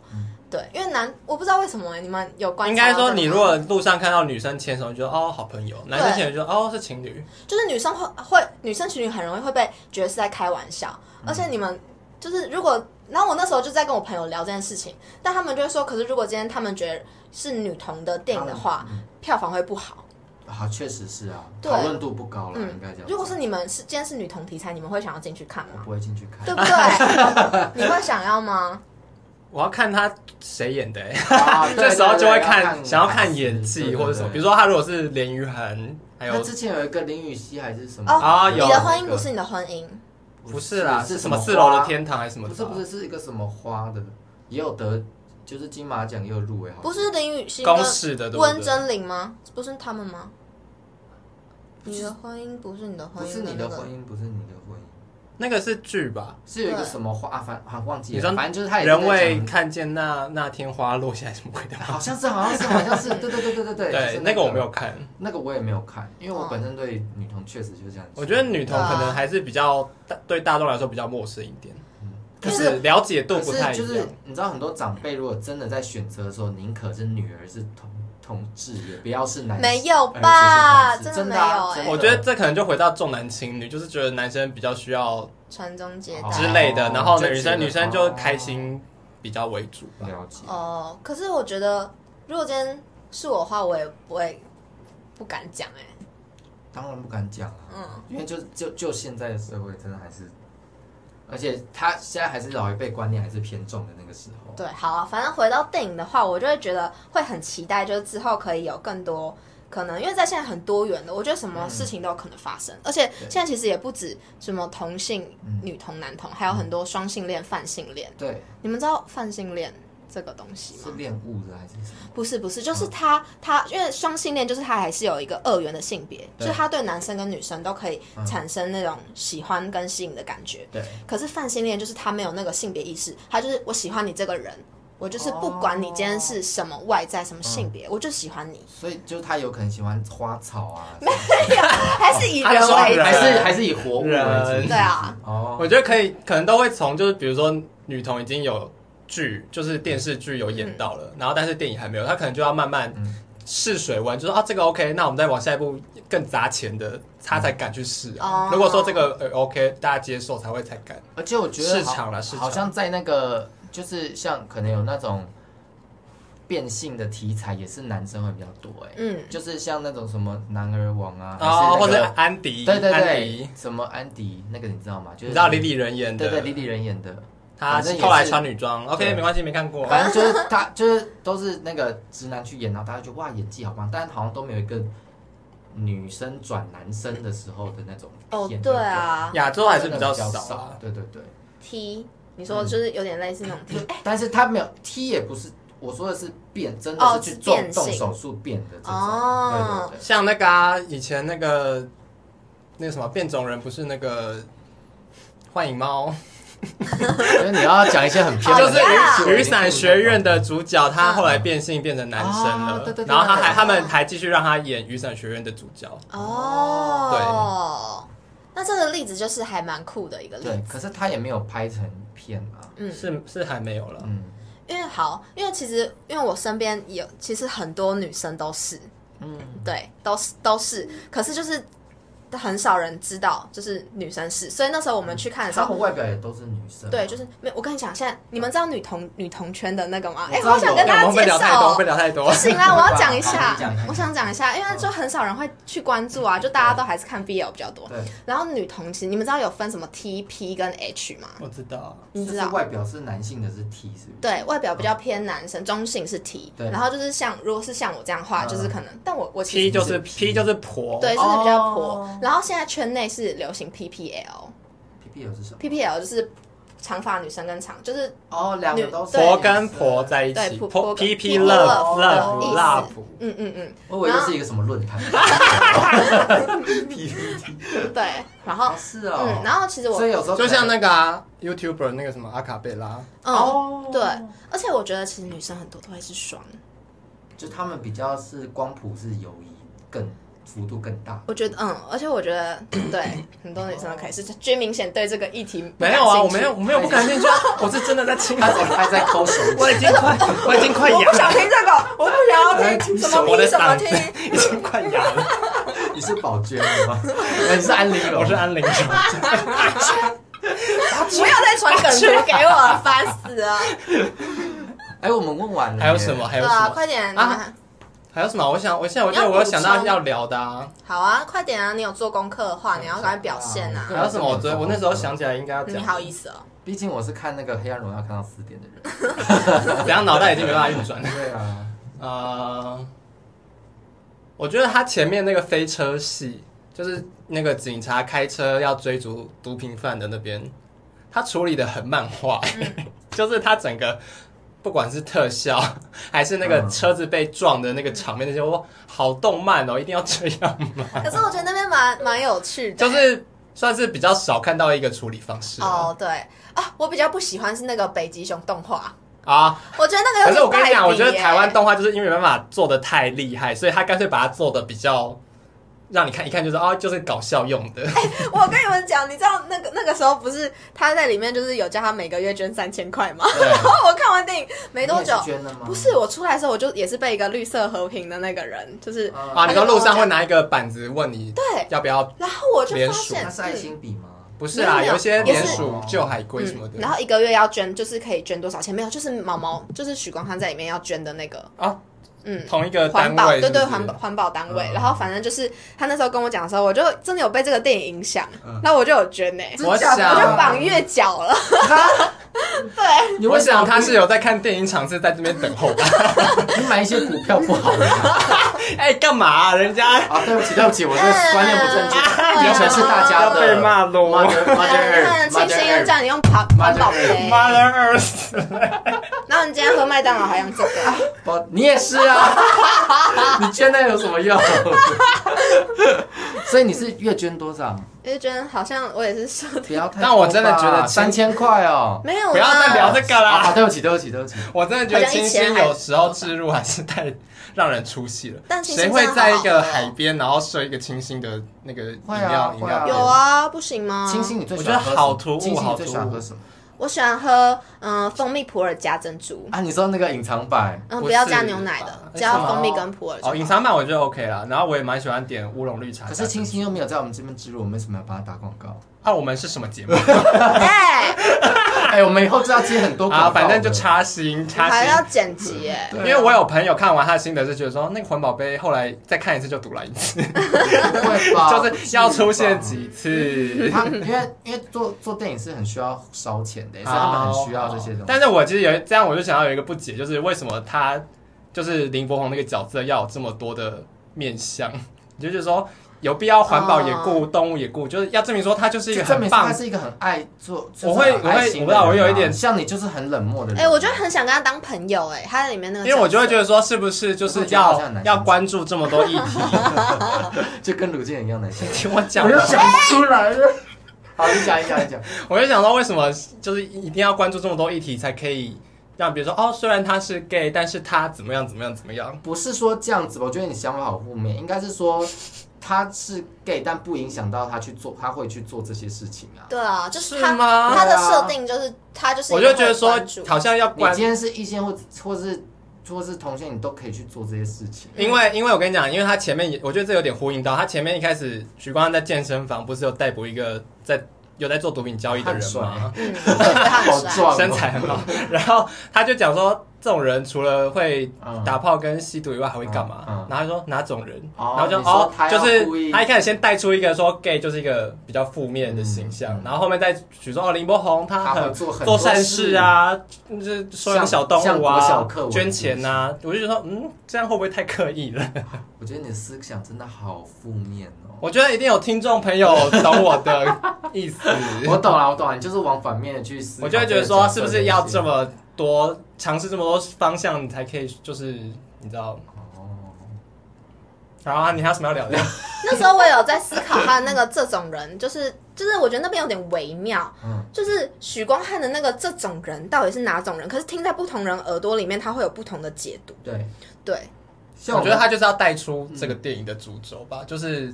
[SPEAKER 1] 对，因为男我不知道为什么你们有观察
[SPEAKER 3] 嗯应该
[SPEAKER 1] 到这
[SPEAKER 3] 说，
[SPEAKER 1] 个
[SPEAKER 3] 你
[SPEAKER 1] 吗
[SPEAKER 3] 如果路上看到女生牵手，你就觉得哦好朋友；男生牵手就觉得哦是情侣。
[SPEAKER 1] 就是女生会会女生情侣很容易会被觉得是在开玩笑，
[SPEAKER 2] 嗯
[SPEAKER 1] 而且你们就是如果，然后我那时候就在跟我朋友聊这件事情，但他们就会说，可是如果今天他们觉得是女同的电影的话，
[SPEAKER 2] 嗯
[SPEAKER 1] 票房会不好。
[SPEAKER 2] 啊，确实是啊，
[SPEAKER 1] 对
[SPEAKER 2] 讨论度不高了，应
[SPEAKER 1] 嗯
[SPEAKER 2] 该这样。，
[SPEAKER 1] 如果是你们是今天是女同题材，你们会想要进去看
[SPEAKER 2] 我 (laughs)
[SPEAKER 1] 吗？
[SPEAKER 2] 不会进去看
[SPEAKER 1] 对不对？你会想要吗？
[SPEAKER 3] 我要看他谁演的、欸，
[SPEAKER 2] 啊，对
[SPEAKER 3] (laughs) 这时候就会看，想要看演技或者什么。比如，说，他如果是连俞涵，
[SPEAKER 2] 对对对对对
[SPEAKER 3] 还有
[SPEAKER 2] 他之前有一个林雨熙还是什么
[SPEAKER 1] 哦
[SPEAKER 3] 啊有
[SPEAKER 1] 你的婚姻不是你的婚姻，
[SPEAKER 2] 哦
[SPEAKER 3] 不是啦，是
[SPEAKER 2] 是
[SPEAKER 3] 什么
[SPEAKER 2] 花
[SPEAKER 3] 四楼的？啊天堂还是什么？
[SPEAKER 2] 不是不是，是一个什么花的，也有得就是金马奖也有入围，好像
[SPEAKER 1] 不是林雨欣
[SPEAKER 3] 公
[SPEAKER 1] 跟
[SPEAKER 3] 式的对不
[SPEAKER 1] 温
[SPEAKER 3] 对？
[SPEAKER 1] 真菱吗？不是他们吗？你的婚姻不是你的
[SPEAKER 2] 不
[SPEAKER 1] 婚姻
[SPEAKER 2] 是你
[SPEAKER 1] 那
[SPEAKER 2] 的
[SPEAKER 1] 个
[SPEAKER 2] 婚姻，不是你的婚姻，
[SPEAKER 3] 那个是剧吧？
[SPEAKER 2] 是有一个什么花，啊反啊忘记
[SPEAKER 3] 你说
[SPEAKER 2] 了，反正就是他也是在
[SPEAKER 3] 人为
[SPEAKER 2] 讲
[SPEAKER 3] 看见那那天花落下来什么鬼的吗？
[SPEAKER 2] 好像是好像是好像是， (laughs) 对对对对对对
[SPEAKER 3] 对
[SPEAKER 2] 对，，
[SPEAKER 3] 那个我没有，看。
[SPEAKER 2] 那个我也没有看，因为我
[SPEAKER 1] 哦
[SPEAKER 2] 本身对女同确实就这样。
[SPEAKER 3] 我觉得女同
[SPEAKER 2] 啊
[SPEAKER 3] 可能还是比较大对大众来说比较陌生一点，可
[SPEAKER 1] 就是
[SPEAKER 3] 是了解度
[SPEAKER 2] 可
[SPEAKER 3] 不
[SPEAKER 2] 是
[SPEAKER 3] 太一
[SPEAKER 2] 就是
[SPEAKER 3] 样。
[SPEAKER 2] 你知道，很多长辈如果真的在选择的时候，宁可是女儿是同同志，也不要是男。
[SPEAKER 1] 没有吧
[SPEAKER 2] 儿子是同志
[SPEAKER 1] 真
[SPEAKER 2] 真
[SPEAKER 1] 的
[SPEAKER 2] 啊
[SPEAKER 1] 没有欸
[SPEAKER 2] 真的
[SPEAKER 3] 我觉得这可能就回到重男轻女，就是觉得男生比较需要
[SPEAKER 1] 传宗接
[SPEAKER 2] 哦
[SPEAKER 1] 代
[SPEAKER 3] 之类的，
[SPEAKER 2] 哦
[SPEAKER 3] 然后呢
[SPEAKER 2] 就
[SPEAKER 3] 女
[SPEAKER 2] 觉得
[SPEAKER 3] 生女生就
[SPEAKER 2] 哦
[SPEAKER 3] 开心比较为主吧。
[SPEAKER 2] 了解。
[SPEAKER 1] 哦，可是我觉得，如果今天是我的话，我也不会不敢讲哎、
[SPEAKER 2] 当然不敢讲啊，
[SPEAKER 1] 嗯
[SPEAKER 2] 因为就就就现在的社会，真的还是，而且他现在还是老一辈观念还是偏重的那个时候。
[SPEAKER 1] 对，好啊，反正回到电影的话，我就会觉得会很期待，就是之后可以有更多可能，因为在现在很多元的，我觉得什么事情都有可能发生，而且现在其实也不止什么同性、
[SPEAKER 2] 嗯
[SPEAKER 1] 女同、男同，还有很多双性恋、泛性恋。
[SPEAKER 2] 对，
[SPEAKER 1] 你们知道泛性恋这个东西吗
[SPEAKER 2] 是？恋物的还是什么？
[SPEAKER 1] 不是不是，就是他他因为双性恋，就是他还是有一个二元的性别，就
[SPEAKER 2] 对
[SPEAKER 1] 是他对男生跟女生都可以
[SPEAKER 2] 嗯
[SPEAKER 1] 产生那种喜欢跟吸引的感觉。
[SPEAKER 2] 对，
[SPEAKER 1] 可是泛性恋就是他没有那个性别意识，他就是我喜欢你这个人，我就是不管你今天是什么外在什么性别，我就喜欢你，
[SPEAKER 2] 所以就是他有可能喜欢花草
[SPEAKER 1] (laughs)
[SPEAKER 2] 啊，
[SPEAKER 1] 还是以人
[SPEAKER 3] 他说
[SPEAKER 1] 为主
[SPEAKER 3] 人
[SPEAKER 2] 还是还是以活物为
[SPEAKER 3] 人
[SPEAKER 2] 主。
[SPEAKER 1] 对啊，
[SPEAKER 2] 哦，
[SPEAKER 3] 我觉得可以，可能都会从就是比如说女同已经有剧，就是电视剧有演到了，然后但是电影还没有，他可能就要慢慢
[SPEAKER 2] 嗯
[SPEAKER 3] 试水温，就说啊这个 OK，那我们再往下一步更砸钱的，他才敢去试啊。
[SPEAKER 1] 哦
[SPEAKER 3] 如果说这个呃 OK，大家接受才会才敢。
[SPEAKER 2] 而且我觉得
[SPEAKER 3] 市场啦
[SPEAKER 2] 了，
[SPEAKER 3] 市场
[SPEAKER 2] 好像在那个就是像可能有那种变性的题材，也是男生会比较多哎、
[SPEAKER 1] 嗯，
[SPEAKER 2] 就是像那种什么男儿王啊，
[SPEAKER 3] 哦，
[SPEAKER 2] 还
[SPEAKER 3] 或
[SPEAKER 2] 是那
[SPEAKER 3] 者
[SPEAKER 2] 个
[SPEAKER 3] 安迪，
[SPEAKER 2] 对对
[SPEAKER 3] 安
[SPEAKER 2] 对
[SPEAKER 3] 迪，，
[SPEAKER 2] 什么安迪那个你知道吗？就是
[SPEAKER 3] 你知道李李仁演的，
[SPEAKER 2] 对对李李仁演的，
[SPEAKER 3] 他
[SPEAKER 2] 反正也
[SPEAKER 3] 后来
[SPEAKER 2] 是
[SPEAKER 3] 穿女装，OK，
[SPEAKER 2] 对
[SPEAKER 3] 没关系，没看
[SPEAKER 2] (laughs)
[SPEAKER 3] 过。
[SPEAKER 2] 反
[SPEAKER 1] (laughs)
[SPEAKER 2] 正就是他就是都是那个直男去演，然后大家就哇演技好棒，但好像都没有一个女生转男生的时候的那种
[SPEAKER 1] 哦
[SPEAKER 2] 片
[SPEAKER 1] 对，啊
[SPEAKER 3] 亚洲还是比
[SPEAKER 2] 比
[SPEAKER 3] 较少
[SPEAKER 2] 少
[SPEAKER 3] 啊，，
[SPEAKER 2] 对对对。
[SPEAKER 1] ，T，你说就是有点类似那种 T，
[SPEAKER 2] 但是他没有踢也不是，我说的是变，真
[SPEAKER 1] 哦
[SPEAKER 2] 的是去做
[SPEAKER 1] 是变性
[SPEAKER 2] 动手术变的这种，
[SPEAKER 1] 哦
[SPEAKER 2] 对对对。
[SPEAKER 3] 像那个啊，以前那个那个什么变种人，不是那个幻影猫，
[SPEAKER 2] 所以你要讲一些很
[SPEAKER 1] 哦
[SPEAKER 2] 偏
[SPEAKER 3] 就
[SPEAKER 2] 门
[SPEAKER 3] 是
[SPEAKER 2] 的
[SPEAKER 1] 呀
[SPEAKER 2] 东西
[SPEAKER 3] 雨雨伞学院的主角，他
[SPEAKER 1] 嗯
[SPEAKER 3] 后来变性变成男生
[SPEAKER 2] 啊对
[SPEAKER 3] 了
[SPEAKER 2] 对，对
[SPEAKER 3] 然后他还
[SPEAKER 2] 对
[SPEAKER 3] 他们还继续让他演雨伞学院的主角。
[SPEAKER 1] 哦，那这个例子就是还蛮酷的一个例
[SPEAKER 2] 对，
[SPEAKER 1] 子。
[SPEAKER 2] 可是他也没有拍成片啊，
[SPEAKER 1] 嗯
[SPEAKER 3] 是是还没有 (laughs) 了，
[SPEAKER 2] 嗯
[SPEAKER 1] 因为好，因为其实因为我身边有，其实很多女生都是，
[SPEAKER 2] 嗯，
[SPEAKER 1] 对，都是都是，可是就是很少人知道，就是女生是，所以那时候我们去看的时
[SPEAKER 2] 他
[SPEAKER 1] 候，
[SPEAKER 2] 们外表也都是女生，啊
[SPEAKER 1] 对，就是没有，我跟你讲，现在你们知道女同女同圈的那个吗？哎、
[SPEAKER 2] 我知道
[SPEAKER 1] 我想
[SPEAKER 2] 有
[SPEAKER 1] 跟
[SPEAKER 3] 哎
[SPEAKER 1] 大
[SPEAKER 3] 我
[SPEAKER 1] 家
[SPEAKER 3] 们会
[SPEAKER 1] 介
[SPEAKER 3] 聊太
[SPEAKER 1] 绍
[SPEAKER 3] 多，
[SPEAKER 1] 哦
[SPEAKER 3] 会。聊太多
[SPEAKER 1] (laughs) 不。行啦，我要讲一
[SPEAKER 2] 好
[SPEAKER 1] 下
[SPEAKER 2] 你讲你讲，
[SPEAKER 1] 我想讲一下，因为就很少人会去关注啊，就大家都还是看 BL 比较多。
[SPEAKER 2] 对，
[SPEAKER 1] 然后女同其实你们知道有分什么 T、P 跟 H 吗？
[SPEAKER 3] 我知道，
[SPEAKER 1] 你知道
[SPEAKER 2] 就是外表是男性的是 T 是不是？
[SPEAKER 3] 嗯
[SPEAKER 1] 对外表比较偏男生，中性是 T，
[SPEAKER 2] 对
[SPEAKER 1] 然后就是像如果是像我这样的话，
[SPEAKER 2] 嗯
[SPEAKER 1] 就是可能，但我我其
[SPEAKER 3] P
[SPEAKER 1] 实
[SPEAKER 3] 就是
[SPEAKER 2] 是
[SPEAKER 3] P 就是婆，
[SPEAKER 1] 对，就是比较
[SPEAKER 2] 哦
[SPEAKER 1] 婆。然后现在圈内是流行 PPL，PPL
[SPEAKER 2] ，PPL 是什么？
[SPEAKER 1] 就是长发女生跟长就是
[SPEAKER 2] 哦，两个都是
[SPEAKER 1] 对
[SPEAKER 3] 婆跟婆在一
[SPEAKER 1] 对
[SPEAKER 3] 起，
[SPEAKER 1] 婆
[SPEAKER 3] 婆
[SPEAKER 1] 婆跟
[SPEAKER 3] P P
[SPEAKER 1] P
[SPEAKER 3] love
[SPEAKER 1] love
[SPEAKER 2] 的
[SPEAKER 3] love
[SPEAKER 2] 意思
[SPEAKER 3] love，
[SPEAKER 1] 嗯嗯嗯，
[SPEAKER 2] 我以为这是一个什么论
[SPEAKER 1] (laughs)
[SPEAKER 2] 坛，PPT
[SPEAKER 1] 对，然后
[SPEAKER 2] 哦是哦，
[SPEAKER 1] 哦嗯，然后其实我
[SPEAKER 2] 所以有时候
[SPEAKER 3] 就像
[SPEAKER 2] 可
[SPEAKER 3] 那个啊 YouTuber 那个什么阿卡贝拉，
[SPEAKER 2] 能
[SPEAKER 1] 嗯
[SPEAKER 2] 哦，
[SPEAKER 1] 对，而且我觉得其实女生很多都会是双，
[SPEAKER 2] 就他们比较是光谱是友谊更幅度更大，
[SPEAKER 1] 我觉得嗯，而且我觉得 (clears throat) 对很多女生都可以是，君明显对这个议题
[SPEAKER 3] 没有
[SPEAKER 1] 感
[SPEAKER 3] 啊，
[SPEAKER 1] 兴
[SPEAKER 3] 我
[SPEAKER 1] 趣
[SPEAKER 3] 没有，我没有不感兴趣 (laughs) 啊，我是真的在亲
[SPEAKER 2] 他怎么还在抠手
[SPEAKER 3] 我已
[SPEAKER 2] 指？
[SPEAKER 3] 经 (laughs) 快，我已经快
[SPEAKER 1] 我
[SPEAKER 3] 哑
[SPEAKER 1] 不想
[SPEAKER 3] 了，
[SPEAKER 1] 听这个，我不想要听，怎么
[SPEAKER 3] (laughs) 我的
[SPEAKER 1] 听怎么
[SPEAKER 3] 嗓
[SPEAKER 1] 听，
[SPEAKER 3] (laughs) 子 (laughs) 已经快哑了。
[SPEAKER 2] 你是宝娟吗？你是安陵容？
[SPEAKER 3] 我是安陵容，
[SPEAKER 1] 不要再传梗图给我了，烦死了。
[SPEAKER 2] 哎，我们问完了，
[SPEAKER 3] (laughs) 还有什么？？还
[SPEAKER 1] 对
[SPEAKER 3] 有什
[SPEAKER 1] 啊，
[SPEAKER 3] 么？
[SPEAKER 1] 快点
[SPEAKER 3] 啊
[SPEAKER 1] 啊！
[SPEAKER 3] 还有什么？我想，我现在我觉得我有想到要聊的啊。
[SPEAKER 1] 好啊，快点啊！你有做功课的话，你要赶快表现
[SPEAKER 2] 对
[SPEAKER 1] 啊！
[SPEAKER 2] 啊
[SPEAKER 3] 还有什么？我昨我那时候想起来应该要
[SPEAKER 1] 你
[SPEAKER 3] 讲，
[SPEAKER 1] 好
[SPEAKER 3] (laughs)
[SPEAKER 1] 意思哦，
[SPEAKER 2] 毕竟我是看那个《黑暗荣耀》看到四点的人。
[SPEAKER 3] 怎样脑袋已经没办法运转了。
[SPEAKER 2] 对啊，
[SPEAKER 3] 呃，我觉得他前面那个飞车戏，就是那个警察开车要追逐毒品犯的那边，他处理的很漫画、 (laughs) 就是他整个不管是特效还是那个
[SPEAKER 2] 嗯
[SPEAKER 3] 车子被撞的那个场面那些，哇，好动漫哦，一定要这样吗？
[SPEAKER 1] 可是我觉得那边蛮蛮有趣的，
[SPEAKER 3] 就是算是比较少看到一个处理方式了
[SPEAKER 1] 哦，对啊，我比较不喜欢是那个北极熊动画，
[SPEAKER 3] 啊。
[SPEAKER 1] 我觉得那个有点
[SPEAKER 3] (laughs) 可是我跟你
[SPEAKER 1] 败
[SPEAKER 3] 讲，
[SPEAKER 1] 笔
[SPEAKER 3] 我觉得
[SPEAKER 1] 耶
[SPEAKER 3] 台湾动画就是因为没办法做的太厉害，所以他干脆把它做的比较让你看一看就是哦，就是搞笑用的。
[SPEAKER 1] 我跟你们讲，你知道那个那个时候不是他在里面就是有叫他每个月捐三千块吗？ (laughs)
[SPEAKER 3] 对
[SPEAKER 1] 然后我看完电影没多久
[SPEAKER 2] 你也是，捐了吗？啊
[SPEAKER 1] 不是我出来的时候，我就也是被一个绿色和平的那个人，就是
[SPEAKER 3] (laughs) 啊，
[SPEAKER 2] 啊，
[SPEAKER 3] 你说路上会拿一个板子问你
[SPEAKER 1] 对，
[SPEAKER 3] 要不要？
[SPEAKER 1] 然后我就
[SPEAKER 3] 联
[SPEAKER 1] 发
[SPEAKER 3] 署
[SPEAKER 1] 现
[SPEAKER 2] 那是爱
[SPEAKER 1] 嗯
[SPEAKER 2] 心笔吗？
[SPEAKER 3] 不是啊，
[SPEAKER 1] 没有没有
[SPEAKER 3] 有一些
[SPEAKER 1] 也
[SPEAKER 3] 鼹
[SPEAKER 1] 是
[SPEAKER 3] 鼠救海龟什么
[SPEAKER 1] 嗯然后
[SPEAKER 3] 的嗯
[SPEAKER 1] 一个月要捐，就是可以捐多少钱？没有，就是毛毛，就是许光汉在里面要捐的那个，
[SPEAKER 3] 啊，
[SPEAKER 1] 嗯，
[SPEAKER 3] 同一个
[SPEAKER 1] 环
[SPEAKER 3] 单
[SPEAKER 1] 保，
[SPEAKER 3] 位
[SPEAKER 1] 对
[SPEAKER 3] 是不
[SPEAKER 1] 对，
[SPEAKER 3] 是
[SPEAKER 1] 环保环保单位。
[SPEAKER 2] 嗯
[SPEAKER 1] 然后反正就是他那时候跟我讲的时候，我就真的有被这个电影影响
[SPEAKER 2] 嗯，
[SPEAKER 1] 那我就有捐呢、
[SPEAKER 3] 我
[SPEAKER 2] 真假
[SPEAKER 1] 我
[SPEAKER 2] 的
[SPEAKER 1] 就
[SPEAKER 3] 想，
[SPEAKER 1] 绑月缴了，对，
[SPEAKER 2] 你
[SPEAKER 3] 我
[SPEAKER 2] 为什
[SPEAKER 3] 想
[SPEAKER 2] 么
[SPEAKER 3] 他是有在看电影场，是在这边等候吧？ (laughs)
[SPEAKER 2] 不你买一些股票不好吗？
[SPEAKER 3] 哎，干嘛啊？人家
[SPEAKER 2] 啊，对不起，对不起，我这个观念不正确，
[SPEAKER 3] (laughs)
[SPEAKER 1] 哎
[SPEAKER 2] 原本是大家
[SPEAKER 3] 要
[SPEAKER 2] 的
[SPEAKER 3] 被骂哦喽
[SPEAKER 2] 妈的
[SPEAKER 1] 嗯
[SPEAKER 2] 妈的
[SPEAKER 1] 你看清新又叫你用环环保杯，
[SPEAKER 3] 妈的二死！
[SPEAKER 1] 然后你今天喝麦当劳还用这个，
[SPEAKER 2] 不你也是啊， (laughs) 你捐那有什么用？ (laughs) 所以你是月捐多少？
[SPEAKER 1] 我就觉得好像我也是说
[SPEAKER 2] 不要太多吧，
[SPEAKER 3] 但我真的觉得
[SPEAKER 2] 三千块哦。
[SPEAKER 1] 没有啦，
[SPEAKER 3] 不要再聊这个
[SPEAKER 2] 啊，
[SPEAKER 3] 啦！
[SPEAKER 2] 对不起，对不起，对不起，
[SPEAKER 3] 我真的觉得
[SPEAKER 1] 好像
[SPEAKER 3] 清
[SPEAKER 1] 一千
[SPEAKER 3] 新
[SPEAKER 1] 还
[SPEAKER 3] 有时候置入还是太让人出戏了。
[SPEAKER 1] 但清新
[SPEAKER 3] 谁会
[SPEAKER 1] 真的
[SPEAKER 3] 在一
[SPEAKER 1] 好好
[SPEAKER 3] 个
[SPEAKER 1] 喝哦
[SPEAKER 3] 海边，然后设一个清新的那个饮
[SPEAKER 2] 会啊
[SPEAKER 3] 料饮
[SPEAKER 2] 会啊
[SPEAKER 3] 料
[SPEAKER 1] 有
[SPEAKER 3] 店？
[SPEAKER 1] 啊，不行吗？
[SPEAKER 2] 清新，你最喜
[SPEAKER 3] 我
[SPEAKER 2] 欢
[SPEAKER 3] 觉
[SPEAKER 2] 喝
[SPEAKER 3] 得
[SPEAKER 2] 什么
[SPEAKER 3] 好突兀
[SPEAKER 2] 清新，
[SPEAKER 3] 好
[SPEAKER 2] 你
[SPEAKER 3] 突兀
[SPEAKER 2] 最喜欢喝什么？
[SPEAKER 1] 我喜欢喝嗯、呃蜂蜜普洱加珍珠，
[SPEAKER 2] 啊，你说那个隐藏版，
[SPEAKER 1] 嗯，
[SPEAKER 3] 不
[SPEAKER 1] 不要
[SPEAKER 3] 是
[SPEAKER 1] 加牛奶
[SPEAKER 3] 吧
[SPEAKER 1] 的，
[SPEAKER 3] 哎
[SPEAKER 1] 只要
[SPEAKER 3] 是吗
[SPEAKER 1] 蜂蜜跟普洱就好。
[SPEAKER 3] 哦，隐藏版我觉得 OK 啦，然后我也蛮喜欢点乌龙绿茶。
[SPEAKER 2] 可是清新又没有在我们这边植入，我们为什么要帮他打广告？ (laughs)
[SPEAKER 3] 啊，我们是什么节目
[SPEAKER 1] 哎，
[SPEAKER 2] 哎，我们以后就要接很多广告
[SPEAKER 3] 啊？
[SPEAKER 2] 了，
[SPEAKER 3] 反正就插新
[SPEAKER 1] 我还
[SPEAKER 3] 插
[SPEAKER 1] 要
[SPEAKER 3] 新。
[SPEAKER 1] 剪辑哎，
[SPEAKER 2] 对
[SPEAKER 3] 因
[SPEAKER 2] 啊
[SPEAKER 3] 为我有朋友看完他的心得是觉得说，那个环保杯后来再看一次就堵了一次，
[SPEAKER 2] 不会
[SPEAKER 1] 哦
[SPEAKER 2] 吧？
[SPEAKER 3] (laughs) 就是要出现几 (laughs) 次。
[SPEAKER 2] 他因为因为做做电影是很需要烧钱的，所以他们很需要这些东西。
[SPEAKER 3] 哦但是我其实有这样，我就想到有一个不解，就是为什么他就是林柏宏那个角色要有这么多的面相？你就觉得说有必要环保也顾，动物也顾，就是要证明说他就是一个
[SPEAKER 2] 就证
[SPEAKER 3] 很
[SPEAKER 2] 明
[SPEAKER 3] 棒
[SPEAKER 2] 他是一个很爱做，就是
[SPEAKER 3] 我会
[SPEAKER 2] 很爱
[SPEAKER 3] 我会
[SPEAKER 2] 心的
[SPEAKER 3] 我不知道
[SPEAKER 2] 人啊
[SPEAKER 3] 我有一点
[SPEAKER 2] 像你就是很冷漠的人。
[SPEAKER 1] 哎，我就很想跟他当朋友哎，他在里面那个，
[SPEAKER 3] 因为我就会觉得说，是不是就是
[SPEAKER 2] 我觉得好
[SPEAKER 3] 要
[SPEAKER 2] 像很难
[SPEAKER 3] 要关注这么多议题？
[SPEAKER 2] 就跟鲁健一样难想，
[SPEAKER 3] 听我讲
[SPEAKER 2] 我就
[SPEAKER 3] 完，
[SPEAKER 2] 想不出来
[SPEAKER 3] (laughs)
[SPEAKER 2] 了。好，你讲，你讲，你讲。
[SPEAKER 3] 我就想到为什么就是一定要关注这么多议题才可以让别人说哦，虽然他是 gay，但是他怎么样怎么样怎么样。
[SPEAKER 2] 不是说这样子吧，我觉得你想法好负面，应该是说他是 gay，但不影响到他去做，他会去做这些事情啊。
[SPEAKER 1] 对啊，就是
[SPEAKER 3] 是
[SPEAKER 1] 他
[SPEAKER 3] 吗
[SPEAKER 1] 他的
[SPEAKER 2] 对啊
[SPEAKER 1] 设定就是他就是一
[SPEAKER 3] 我
[SPEAKER 1] 个
[SPEAKER 3] 就觉得
[SPEAKER 1] 会
[SPEAKER 3] 说
[SPEAKER 1] 关注，
[SPEAKER 3] 好像要
[SPEAKER 2] 你
[SPEAKER 3] 关
[SPEAKER 2] 今天是异性或或是或是同性，你都可以去做这些事情。
[SPEAKER 3] 因为，因为我跟你讲，因为他前面也，我觉得这有点呼应到他前面一开始，许光汉在健身房不是有逮捕一个在有在做毒品交易的人
[SPEAKER 2] 很帅
[SPEAKER 3] 吗？
[SPEAKER 1] 嗯，对他
[SPEAKER 2] 好
[SPEAKER 3] (laughs)
[SPEAKER 1] 很帅，
[SPEAKER 2] 壮哦，
[SPEAKER 3] 身材很好，然后他就讲说，这种人除了会
[SPEAKER 2] 嗯
[SPEAKER 3] 打炮跟吸毒以外，还会干嘛？
[SPEAKER 2] 嗯嗯
[SPEAKER 3] 然后他说哪种人？
[SPEAKER 2] 哦
[SPEAKER 3] 然后就
[SPEAKER 2] 你说
[SPEAKER 3] 哦
[SPEAKER 2] 他，要
[SPEAKER 3] 就是
[SPEAKER 2] 故意
[SPEAKER 3] 他一开始先带出一个说 gay 就是一个比较负面的形象，
[SPEAKER 2] 嗯嗯
[SPEAKER 3] 然后后面再举说哦林柏宏他
[SPEAKER 2] 他会
[SPEAKER 3] 很
[SPEAKER 2] 做很
[SPEAKER 3] 做
[SPEAKER 2] 多
[SPEAKER 3] 善事，啊，就是收养小动
[SPEAKER 2] 像
[SPEAKER 3] 物
[SPEAKER 2] 国小
[SPEAKER 3] 啊
[SPEAKER 2] 课文，
[SPEAKER 3] 捐钱呐、啊，我就觉得说嗯，这样会不会太刻意了？
[SPEAKER 2] 我觉得你的思想真的好负面哦。
[SPEAKER 3] 我觉得一定有听众朋友懂我的意思，
[SPEAKER 2] (laughs) 我懂了，我懂了，你就是往反面的去思考。
[SPEAKER 3] 我就会觉得说，
[SPEAKER 2] 这个角色
[SPEAKER 3] 是不是要
[SPEAKER 2] 的
[SPEAKER 3] 这么多尝试这么多方向，你才可以就是你知道？
[SPEAKER 2] 哦，
[SPEAKER 3] 然后你还有什么要聊的？
[SPEAKER 1] 那时候我有在思考他的那个这种人，就是就是我觉得那边有点微妙，
[SPEAKER 2] 嗯，
[SPEAKER 1] 就是许光汉的那个这种人到底是哪种人？可是听在不同人耳朵里面，他会有不同的解读。
[SPEAKER 2] 对，
[SPEAKER 1] 对，
[SPEAKER 2] 像
[SPEAKER 3] 我
[SPEAKER 2] 我
[SPEAKER 3] 觉得
[SPEAKER 1] 嗯
[SPEAKER 3] 他就是要带出这个电影的主轴吧，就是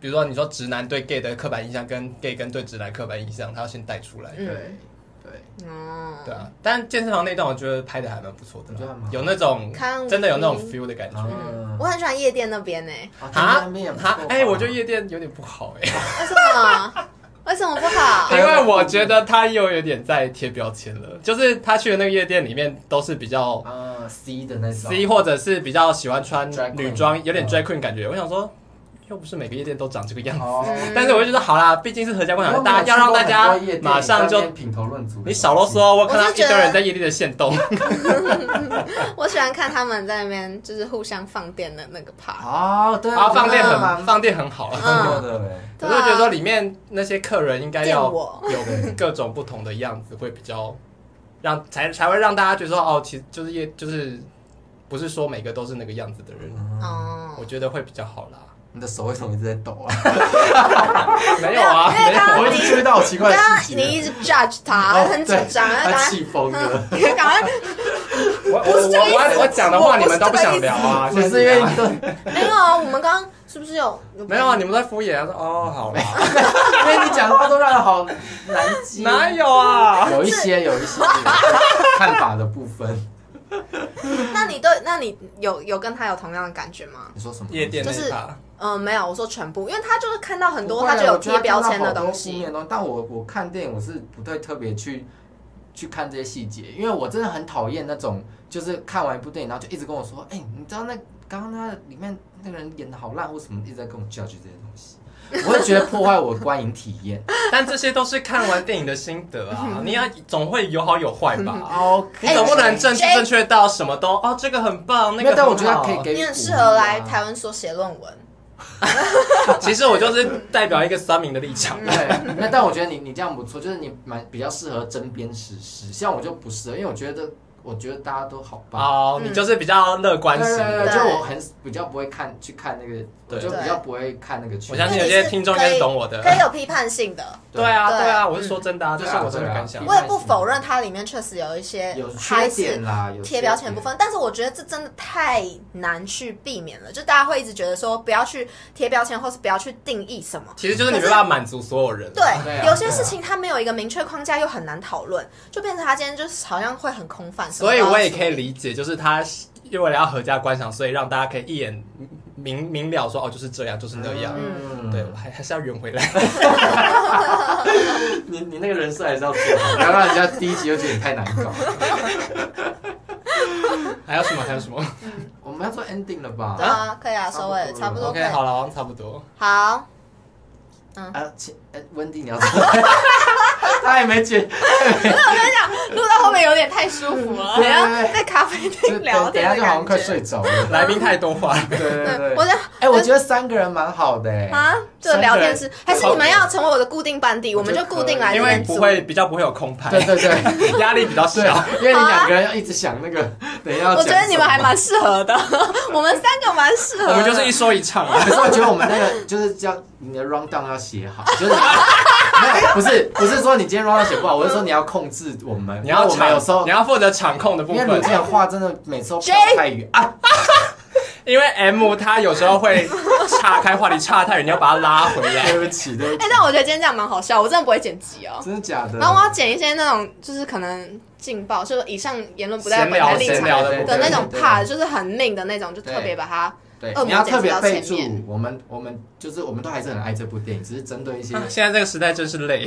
[SPEAKER 3] 比如说你说直男对 gay 的刻板印象跟 gay 跟对直男刻板印象，他要先带出来。
[SPEAKER 1] 嗯
[SPEAKER 2] 对对，
[SPEAKER 1] 哦，
[SPEAKER 3] 对啊，但健身房那段我觉得拍的还蛮不错
[SPEAKER 2] 我
[SPEAKER 3] 的
[SPEAKER 2] 觉得
[SPEAKER 3] 啦
[SPEAKER 2] 还蛮，好
[SPEAKER 3] 有那种
[SPEAKER 1] 看
[SPEAKER 3] 真的有那种
[SPEAKER 1] 嗯
[SPEAKER 3] feel 的感觉。
[SPEAKER 1] 嗯
[SPEAKER 2] 嗯，
[SPEAKER 1] 我很喜欢夜店那边欸呢、
[SPEAKER 2] 啊
[SPEAKER 3] 啊
[SPEAKER 2] 那边也不错
[SPEAKER 3] 哈
[SPEAKER 2] 吧，
[SPEAKER 3] 哎，我觉得夜店有点不好哎。
[SPEAKER 1] 为什么？为什么不好？
[SPEAKER 3] 因为我觉得他又有点在贴标签了，就是他去的那个夜店里面都是比较
[SPEAKER 2] 啊 C 的那种
[SPEAKER 3] C 或者是比较喜欢穿
[SPEAKER 2] Drag queen 嗯
[SPEAKER 3] 女装，有点 drag queen 感觉。我想说，又不是每个夜店都长这个样子，
[SPEAKER 2] 哦
[SPEAKER 1] 嗯
[SPEAKER 3] 但是我就觉得好啦，毕竟是合家观赏，
[SPEAKER 2] 我
[SPEAKER 3] 大
[SPEAKER 2] 没有
[SPEAKER 3] 家要让大
[SPEAKER 2] 去过
[SPEAKER 3] 家
[SPEAKER 2] 很多夜店
[SPEAKER 3] 马上
[SPEAKER 2] 在那
[SPEAKER 3] 就
[SPEAKER 2] 边品头论足。
[SPEAKER 3] 你少啰嗦，，哦我看到
[SPEAKER 1] 我
[SPEAKER 3] 一
[SPEAKER 1] 是觉
[SPEAKER 3] 堆
[SPEAKER 1] 得
[SPEAKER 3] 人在夜店的现动，
[SPEAKER 1] 我喜欢看他们在那边就是互相放电的那个 part。
[SPEAKER 2] 哦，对，
[SPEAKER 1] 啊
[SPEAKER 3] 然后啊放电
[SPEAKER 2] 我觉得蛮
[SPEAKER 3] 很放电很好。
[SPEAKER 1] 嗯
[SPEAKER 2] 蛮多的哎，
[SPEAKER 1] 对
[SPEAKER 3] 可是我觉得
[SPEAKER 1] 啊
[SPEAKER 3] 说里面那些客人应该要
[SPEAKER 1] 电我
[SPEAKER 3] 有各种不同的样子，会比较让才才会让大家觉得说哦，其实就是也就是不是说每个都是那个样子的人，我
[SPEAKER 1] 哦，
[SPEAKER 3] 觉得会比较好啦。
[SPEAKER 2] 嗯你的手为什么一直在抖啊？
[SPEAKER 1] (laughs)
[SPEAKER 3] 没有啊，
[SPEAKER 1] 因为
[SPEAKER 3] 没有
[SPEAKER 1] 刚
[SPEAKER 3] 啊，
[SPEAKER 1] 刚
[SPEAKER 2] 我就注意到好奇怪
[SPEAKER 1] 刚
[SPEAKER 2] 的
[SPEAKER 1] 刚
[SPEAKER 2] 事情了。
[SPEAKER 1] 你一直 judge 他，
[SPEAKER 2] 哦
[SPEAKER 1] 很紧张，
[SPEAKER 2] 对
[SPEAKER 1] 要
[SPEAKER 2] 他
[SPEAKER 1] 赶
[SPEAKER 2] 气疯了。
[SPEAKER 1] 快赶快
[SPEAKER 3] 我我
[SPEAKER 1] 不是这个意思
[SPEAKER 3] 我我我讲的话
[SPEAKER 1] 我不
[SPEAKER 3] 你
[SPEAKER 1] 是
[SPEAKER 3] 们都不想
[SPEAKER 2] (laughs)
[SPEAKER 3] 聊啊，
[SPEAKER 2] 不
[SPEAKER 3] 现在
[SPEAKER 2] 是因为
[SPEAKER 3] 怎样
[SPEAKER 2] 你
[SPEAKER 1] 没有啊，我们刚刚是不是有
[SPEAKER 3] 没有啊，你们都在敷衍啊，说哦好啦，
[SPEAKER 2] 因为你讲的话都 (laughs) 让人好难记。
[SPEAKER 3] 哪有啊？
[SPEAKER 2] 有一些有一些看法的部分，
[SPEAKER 1] 那你对，那你有有跟他有同样的感觉吗？
[SPEAKER 2] 你说什么？
[SPEAKER 3] 夜店
[SPEAKER 1] 就
[SPEAKER 3] 那
[SPEAKER 1] 是
[SPEAKER 3] 一趴
[SPEAKER 1] 嗯、没有，我说全部，因为他就是看到很
[SPEAKER 2] 不
[SPEAKER 1] 多
[SPEAKER 2] 会
[SPEAKER 1] 他
[SPEAKER 2] 啊
[SPEAKER 1] 就有
[SPEAKER 2] 我觉得
[SPEAKER 1] 贴标签的
[SPEAKER 2] 看到好
[SPEAKER 1] 东
[SPEAKER 2] 多负
[SPEAKER 1] 西
[SPEAKER 2] 面。的东西。但我我看电影我是不会特别去去看这些细节，因为我真的很讨厌那种就是看完一部电影，然后就一直跟我说，哎、你知道那刚刚那里面那个人演的好烂，为什么一直在跟我 judge 这些东西？ (laughs) 我会觉得破坏我的观影体验。
[SPEAKER 3] 但这些都是看完电影的心得啊，你要总会有好有坏吧。
[SPEAKER 2] OK，
[SPEAKER 3] 你总不能政治
[SPEAKER 1] Jay-
[SPEAKER 3] 正确到什么都哦，这个很棒，
[SPEAKER 2] 没
[SPEAKER 3] 那个
[SPEAKER 2] 有，
[SPEAKER 3] 很
[SPEAKER 2] 但我觉得
[SPEAKER 3] 好
[SPEAKER 2] 可以给
[SPEAKER 1] 你很
[SPEAKER 2] 鼓
[SPEAKER 1] 适
[SPEAKER 2] 励啊
[SPEAKER 1] 合来台湾所写论文，
[SPEAKER 3] 其实我就是代表一个三明的立场，
[SPEAKER 2] (laughs) 对，那但我觉得你你这样不错，就是你蛮比较适合针砭时事，像我就不适合，因为我觉得我觉得大家都好棒，
[SPEAKER 3] 哦，
[SPEAKER 1] 嗯
[SPEAKER 3] 你就是比较乐
[SPEAKER 2] 对
[SPEAKER 3] 观型
[SPEAKER 2] 对
[SPEAKER 3] 的。
[SPEAKER 2] 对，就
[SPEAKER 1] 对
[SPEAKER 2] 我很比较不会看去看那个，我
[SPEAKER 3] 对
[SPEAKER 2] 就比较不会看那个圈。
[SPEAKER 3] 我相信有些听众应该是懂我的
[SPEAKER 1] 可。以有批判性的。
[SPEAKER 3] 对啊，
[SPEAKER 1] 对
[SPEAKER 3] 对啊，我是说真的啊，
[SPEAKER 2] 嗯
[SPEAKER 3] 这是我真的感想
[SPEAKER 2] 对啊。
[SPEAKER 1] 我也不否认它里面确实有一些
[SPEAKER 2] 有
[SPEAKER 1] 还
[SPEAKER 2] 缺
[SPEAKER 1] 是
[SPEAKER 2] 点啊啦，有嗯
[SPEAKER 1] 贴标签的部分，但是我觉得这真的太难去避免了，就大家会一直觉得说不要去贴标签，或是不要去定义什么。
[SPEAKER 3] 其实就是你没办法满足所有人。
[SPEAKER 1] 对，
[SPEAKER 2] 对啊
[SPEAKER 1] 有些事情它没有一个明确框架，又很难讨论，就变成他今天就是好像会很空泛。什么
[SPEAKER 3] 所
[SPEAKER 1] 都
[SPEAKER 3] 以
[SPEAKER 1] 要
[SPEAKER 3] 我也
[SPEAKER 1] 处
[SPEAKER 3] 可以
[SPEAKER 1] 理
[SPEAKER 3] 理解，就是他因为为了要合家观赏，所以让大家可以一眼明明了说哦，就是这样，就是那样。
[SPEAKER 2] 嗯
[SPEAKER 3] 对，我还还是要圆回来。
[SPEAKER 2] (laughs) 你你那个人设还是要做
[SPEAKER 3] (laughs)
[SPEAKER 2] 好，不要让人家第一集就觉得你太难搞。
[SPEAKER 3] (laughs) 还有什么？还有什么
[SPEAKER 2] 我们要做 ending 了吧？
[SPEAKER 1] 对啊，可以啊，收尾差
[SPEAKER 2] 差
[SPEAKER 1] 不
[SPEAKER 2] 不
[SPEAKER 1] 多
[SPEAKER 2] 多
[SPEAKER 1] 可
[SPEAKER 3] ？OK，
[SPEAKER 1] 以。
[SPEAKER 3] 好了，好像差不多。
[SPEAKER 1] 好，
[SPEAKER 2] 啊，请呃温蒂你要做， (laughs) 他还没解，
[SPEAKER 1] 录到后面有点太舒服了，
[SPEAKER 2] 对
[SPEAKER 1] 还要在咖啡
[SPEAKER 2] 就
[SPEAKER 1] 厅
[SPEAKER 2] 等
[SPEAKER 1] (laughs) 聊
[SPEAKER 2] 等一
[SPEAKER 1] 天
[SPEAKER 2] 下
[SPEAKER 1] 的
[SPEAKER 2] 就好像
[SPEAKER 1] 感
[SPEAKER 2] 快
[SPEAKER 1] 觉。
[SPEAKER 2] 睡着了。
[SPEAKER 1] (laughs)
[SPEAKER 3] 来宾太多话了。
[SPEAKER 2] 对对对
[SPEAKER 1] 对，，我在
[SPEAKER 2] 哎、我觉得三个人蛮好的、欸，
[SPEAKER 1] 啊，就聊天室，还是你们要成为我的固定班底，我们就固定来这
[SPEAKER 3] 因为
[SPEAKER 1] 边
[SPEAKER 3] 不
[SPEAKER 1] 组。
[SPEAKER 3] 会比较不会有空拍
[SPEAKER 2] 对，对对
[SPEAKER 3] (laughs)
[SPEAKER 1] (laughs)
[SPEAKER 3] 压力比较
[SPEAKER 2] 对
[SPEAKER 3] 小。，
[SPEAKER 2] 因为你两个人要一直想那个，等一下要
[SPEAKER 1] 啊我觉得
[SPEAKER 2] 讲
[SPEAKER 1] 你们
[SPEAKER 2] 什么 (laughs)
[SPEAKER 1] 还蛮适合的， (laughs) 我们三个蛮适合的。哎
[SPEAKER 3] 我们就是一说一唱啊。
[SPEAKER 2] 可是我觉得我们那个就是叫你的 round down 要写好，就是 (laughs) 你没有不是不是说你今天 round down 写不好，我是说你要控制我们，
[SPEAKER 3] 你
[SPEAKER 2] 因
[SPEAKER 3] 要
[SPEAKER 2] 为我们
[SPEAKER 3] 场，
[SPEAKER 2] 有时候
[SPEAKER 3] 你，要负责场控的部
[SPEAKER 2] 因为鲁
[SPEAKER 3] 分
[SPEAKER 2] 这，的话真的每次都飘
[SPEAKER 1] Jay
[SPEAKER 2] 太远啊，
[SPEAKER 3] 因为 M 他有时候会岔开话题，岔太远，你要把他拉回
[SPEAKER 2] (laughs)
[SPEAKER 3] 来。
[SPEAKER 2] 对不起对不
[SPEAKER 1] 哎
[SPEAKER 2] 起，，
[SPEAKER 1] 但我觉得今天这样蛮好笑，我真的不会剪辑哦。
[SPEAKER 2] 真的假
[SPEAKER 3] 啊
[SPEAKER 2] 的？
[SPEAKER 1] 然后我要剪一些那种就是可能劲爆，就是以上言论不代表本台立
[SPEAKER 3] 闲
[SPEAKER 1] 场
[SPEAKER 3] 聊的
[SPEAKER 1] 的
[SPEAKER 3] 部分
[SPEAKER 1] 那种怕，
[SPEAKER 2] 怕，
[SPEAKER 1] 就是很命的那种，就特别把它
[SPEAKER 2] 对
[SPEAKER 1] 恶，魔
[SPEAKER 2] 你要特别备
[SPEAKER 1] 剪
[SPEAKER 2] 注
[SPEAKER 1] 辑到前面，
[SPEAKER 2] 我们我们就是我们都还是很爱这部电影，只是针对一些
[SPEAKER 3] 现在这个时代真是累。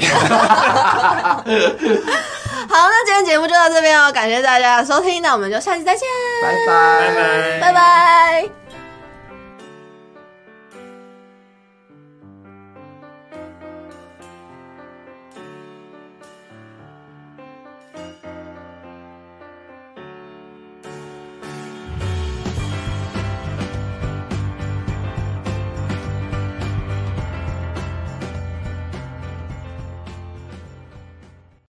[SPEAKER 1] 好，那今天节节目就到这边哦，感谢大家的收听，那我们就下期再见，
[SPEAKER 2] 拜拜
[SPEAKER 3] 拜拜
[SPEAKER 1] 拜拜。